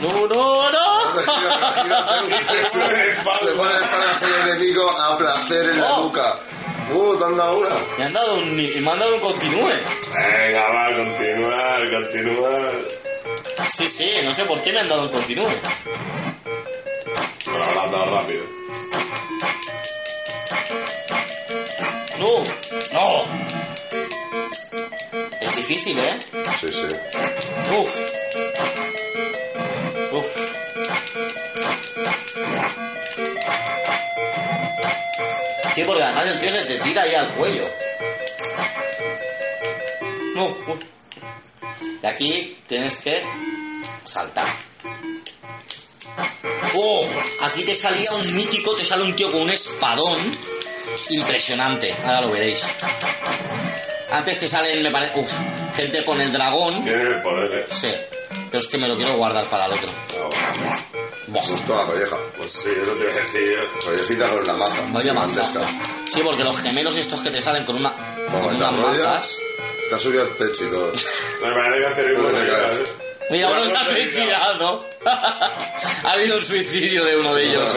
Speaker 2: ¡No, no, no!
Speaker 4: Se pone el palo.
Speaker 3: Se pone para ser enemigo a placer en la
Speaker 2: Oh.
Speaker 3: nuca. Uh, te han dado una.
Speaker 2: Me han dado un, ni- me han dado un continúe.
Speaker 4: Venga, va, continuar, continuar.
Speaker 2: Sí, sí, no sé por qué me han dado un continúe.
Speaker 4: Pero habrás dado rápido.
Speaker 2: No, no. Es difícil, ¿eh?
Speaker 3: Sí, sí.
Speaker 2: Uf. Uf. Sí, porque además el tío se te tira ya al cuello. No. uf. Y aquí tienes que saltar. ¡Oh! Aquí te salía un mítico, te sale un tío con un espadón. Impresionante, ahora lo veréis. Antes te salen, me parece. Uf, gente con el dragón.
Speaker 4: Tienes el poder, eh.
Speaker 2: Sí, pero es que me lo quiero guardar para el otro.
Speaker 4: Ah, bueno.
Speaker 2: Buah,
Speaker 3: Justo a la colleja.
Speaker 4: Pues sí, eso te iba a decir eh. yo.
Speaker 3: Collejita con la maza.
Speaker 2: vaya
Speaker 3: Gigantesca.
Speaker 2: manzaza. Sí, porque los gemelos estos que te salen con una con
Speaker 3: Vamos, te
Speaker 2: unas
Speaker 3: arrodillas.
Speaker 2: mazas.
Speaker 3: Te has subido al techo y todo.
Speaker 4: Me parece que has tenido
Speaker 3: No
Speaker 4: un
Speaker 3: te
Speaker 4: buen
Speaker 3: cagas.
Speaker 4: día, ¿eh?
Speaker 2: Mira, uno
Speaker 4: Una
Speaker 2: se ha
Speaker 4: tontería.
Speaker 2: suicidado. ha habido un suicidio de uno de ellos.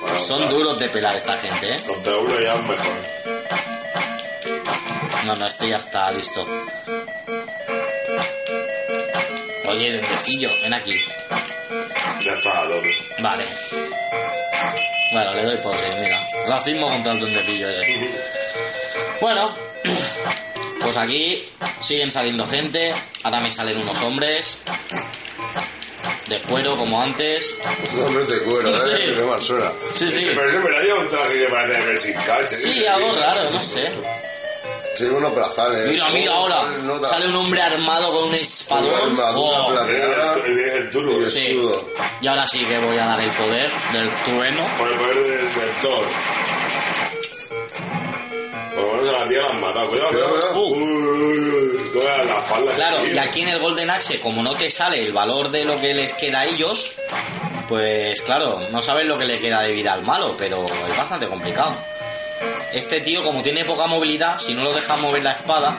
Speaker 4: Bueno,
Speaker 2: Son duros de pelar esta gente, ¿eh?
Speaker 4: Contra uno ya es mejor.
Speaker 2: No, no, este ya está listo. Oye, dentecillo, ven aquí.
Speaker 4: Ya está a doble.
Speaker 2: Vale. Bueno, le doy por sí, mira. Racismo contra el duendecillo ese. Bueno, pues aquí siguen saliendo gente. Ahora me salen unos hombres. De cuero, como antes.
Speaker 3: Es un hombre de cuero, ¿eh?
Speaker 2: Sí.
Speaker 3: Qué mal suena.
Speaker 2: Sí, sí.
Speaker 4: Pero siempre le lleva un traje que parece de Messi eh. Cache.
Speaker 2: Sí, algo raro, no sé.
Speaker 3: Sí, unos brazales.
Speaker 2: Mira, mira
Speaker 3: Oh,
Speaker 2: ahora.
Speaker 3: sale nota.
Speaker 2: Sale un hombre armado con un
Speaker 3: Una
Speaker 2: espadón.
Speaker 3: armadura
Speaker 2: Oh,
Speaker 3: blanca.
Speaker 4: Tiene el turbo. eh.
Speaker 3: Y
Speaker 2: sí.
Speaker 3: escudo.
Speaker 2: Y ahora sí que voy a dar el poder del trueno.
Speaker 4: Por el poder del, del Thor. Por lo menos a la tía la han matado. Cuidado,
Speaker 3: Cuidado,
Speaker 4: cuidado.
Speaker 3: cuidado.
Speaker 4: Uy, uy, uy, uy. juega a la espalda.
Speaker 2: Claro,
Speaker 4: Sí.
Speaker 2: y aquí en el Golden Axe, como no te sale el valor de lo que les queda a ellos, pues claro, no sabes lo que le queda de vida al malo, pero es bastante complicado. Este tío, como tiene poca movilidad, si no lo dejas mover la espada.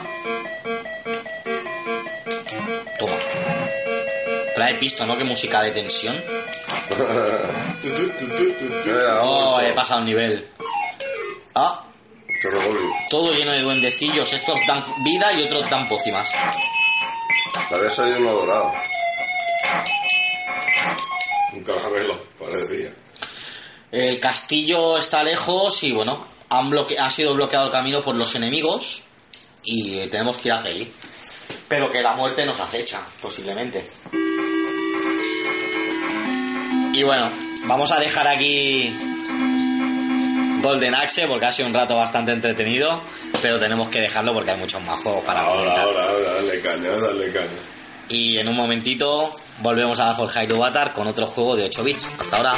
Speaker 2: Toma. Pero habéis visto, ¿no? Qué música de tensión.
Speaker 4: Tu, tu, tu, tu, tu, tu.
Speaker 3: Mira,
Speaker 2: Oh,
Speaker 3: vamos,
Speaker 2: he pasado un nivel. Ah,
Speaker 3: Chorrogoblin.
Speaker 2: todo lleno de duendecillos. Estos dan vida y otros dan pócimas.
Speaker 3: Le había salido uno dorado.
Speaker 4: Un caramelo, parecía.
Speaker 2: El castillo está lejos y bueno, han bloque- ha sido bloqueado el camino por los enemigos y eh, tenemos que ir hacia allí. Pero que la muerte nos acecha, posiblemente. Y bueno, vamos a dejar aquí Golden Axe porque ha sido un rato bastante entretenido, pero tenemos que dejarlo porque hay muchos más juegos para
Speaker 4: Ahora,
Speaker 2: comentar.
Speaker 4: ahora, ahora, dale caña, dale caña.
Speaker 2: Y en un momentito volvemos a Forja y Batar con otro juego de 8 bits. Hasta ahora.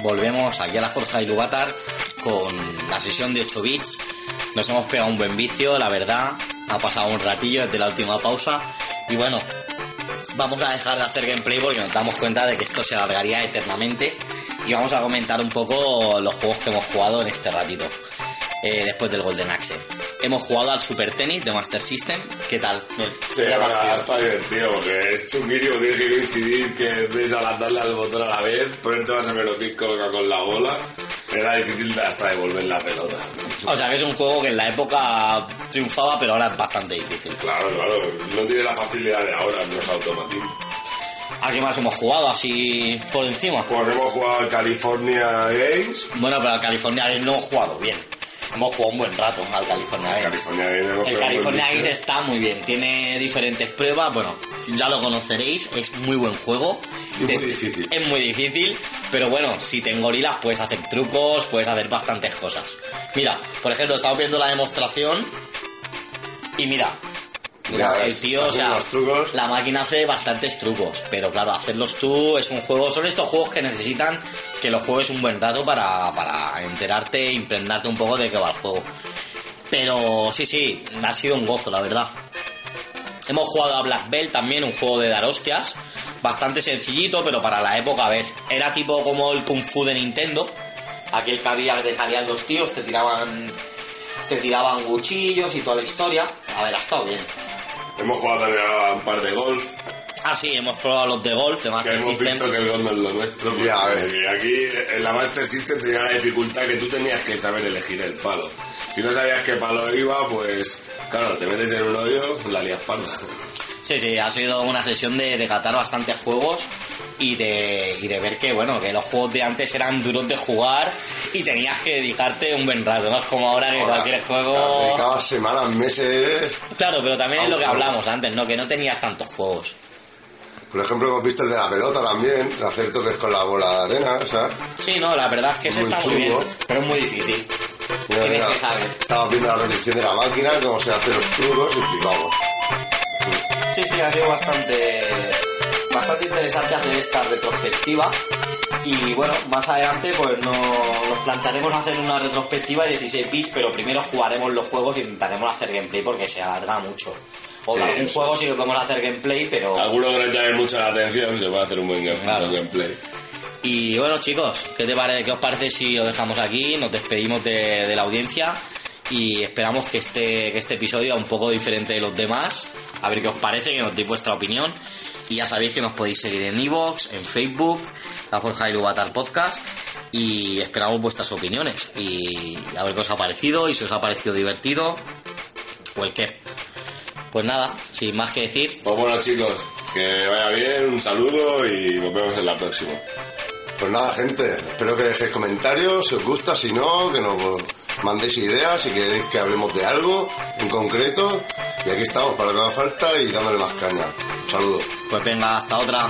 Speaker 2: Volvemos aquí a la Forja de Iluvatar con la sesión de 8 bits. Nos hemos pegado un buen vicio, la verdad. Ha pasado un ratillo desde la última pausa. Y bueno, vamos a dejar de hacer gameplay porque nos damos cuenta de que esto se alargaría eternamente. Y vamos a comentar un poco los juegos que hemos jugado en este ratito. eh, después del Golden Axe. Hemos jugado al Super Tennis de Master System. ¿Qué tal? Bien.
Speaker 4: Sí, ahora está divertido porque es chunguillo tienes que coincidir que des a la darle al botón a la vez, pronto vas a menos coloca con la bola. Era difícil de hasta devolver la pelota.
Speaker 2: O sea que es un juego que en la época triunfaba, pero ahora es bastante difícil.
Speaker 4: Claro, claro, no tiene la facilidad de ahora, no es automatismo.
Speaker 2: ¿A qué más hemos jugado así por encima?
Speaker 4: Pues hemos jugado al California Games.
Speaker 2: Bueno, pero al California Games no hemos jugado bien. Hemos jugado un buen rato al California Games.
Speaker 4: California Games hemos
Speaker 2: El
Speaker 4: pegado un
Speaker 2: California
Speaker 4: buen
Speaker 2: Games
Speaker 4: bicho.
Speaker 2: está muy bien, tiene diferentes pruebas, bueno, ya lo conoceréis, es muy buen juego.
Speaker 4: Y muy
Speaker 2: Es-
Speaker 4: difícil.
Speaker 2: Es muy difícil, pero bueno, si te engorilas puedes hacer trucos, puedes hacer bastantes cosas. Mira, por ejemplo, estamos viendo la demostración y mira,
Speaker 4: Mira,
Speaker 2: el tío, o
Speaker 4: hace
Speaker 2: sea,
Speaker 4: unos trucos.
Speaker 2: la máquina hace bastantes trucos, pero claro, hacerlos tú es un juego, son estos juegos que necesitan que los juegues un buen rato para, para enterarte e impregnarte un poco de qué va el juego. Pero sí, sí, ha sido un gozo, la verdad. Hemos jugado a Black Belt también, un juego de dar hostias, bastante sencillito, pero para la época, a ver, era tipo como el Kung Fu de Nintendo, aquel que había que te salían los tíos, te tiraban te tiraban cuchillos y toda la historia. A ver, ha estado bien.
Speaker 4: Hemos jugado también a un par de golf.
Speaker 2: Ah, sí, hemos probado los de golf, de
Speaker 4: Que
Speaker 2: Master
Speaker 4: hemos
Speaker 2: System.
Speaker 4: visto que el gol no es lo nuestro.
Speaker 3: Ya, a ver.
Speaker 4: porque Aquí en la Master System tenía la dificultad que tú tenías que saber elegir el palo. Si no sabías qué palo iba, pues claro, te metes en un hoyo, la lías parda.
Speaker 2: Sí, sí, ha sido una sesión de, de catar bastantes juegos y de, y de ver que, bueno, que los juegos de antes eran duros de jugar y tenías que dedicarte un buen rato, no es como ahora que
Speaker 3: Ahora,
Speaker 2: cualquier
Speaker 3: claro,
Speaker 2: juego...
Speaker 3: Dedicaba semanas, meses.
Speaker 2: Claro, pero también es lo que
Speaker 3: Ahora.
Speaker 2: hablamos antes, ¿no? Que no tenías tantos juegos.
Speaker 3: Por ejemplo, hemos visto el de la pelota también, el hacer toques con la bola de arena, o sea.
Speaker 2: Sí, no, la verdad es que ese
Speaker 3: Muy
Speaker 2: está muy bien,
Speaker 3: chungo.
Speaker 2: pero es muy difícil.
Speaker 3: mira,
Speaker 2: Tienes
Speaker 3: mira,
Speaker 2: que saber.
Speaker 3: Estaba viendo la repetición de la máquina, cómo se hacen los trucos y flipamos.
Speaker 2: Sí, sí, ha sido bastante, bastante interesante hacer esta retrospectiva. Y bueno, más adelante pues no- nos plantaremos hacer una retrospectiva de 16 bits, pero primero jugaremos los juegos e intentaremos hacer gameplay porque se alarga mucho. O de
Speaker 4: Sí,
Speaker 2: algún
Speaker 4: sí.
Speaker 2: juego sí que podemos hacer gameplay, pero...
Speaker 4: Algunos que no llamen mucha la atención, se puede hacer un buen game-
Speaker 2: Claro.
Speaker 4: buen gameplay.
Speaker 2: Y bueno, chicos, ¿qué, te parece, qué os parece si lo dejamos aquí? Nos despedimos de, de la audiencia y esperamos que este, que este episodio sea un poco diferente de los demás. A ver qué os parece, que nos deis vuestra opinión. Y ya sabéis que nos podéis seguir en Evox, en Facebook, La Forja y Lubatar Podcast. Y esperamos vuestras opiniones. Y a ver qué os ha parecido y si os ha parecido divertido o el qué. Pues nada, sin más que decir,
Speaker 4: Pues bueno, chicos, que vaya bien, un saludo y nos vemos en la próxima.
Speaker 3: Pues nada, gente, espero que dejéis comentarios, si os gusta, si no, que nos mandéis ideas, si queréis que hablemos de algo en concreto. Y aquí estamos para lo que haga falta y dándole más caña. Un saludo.
Speaker 2: pues venga, hasta otra.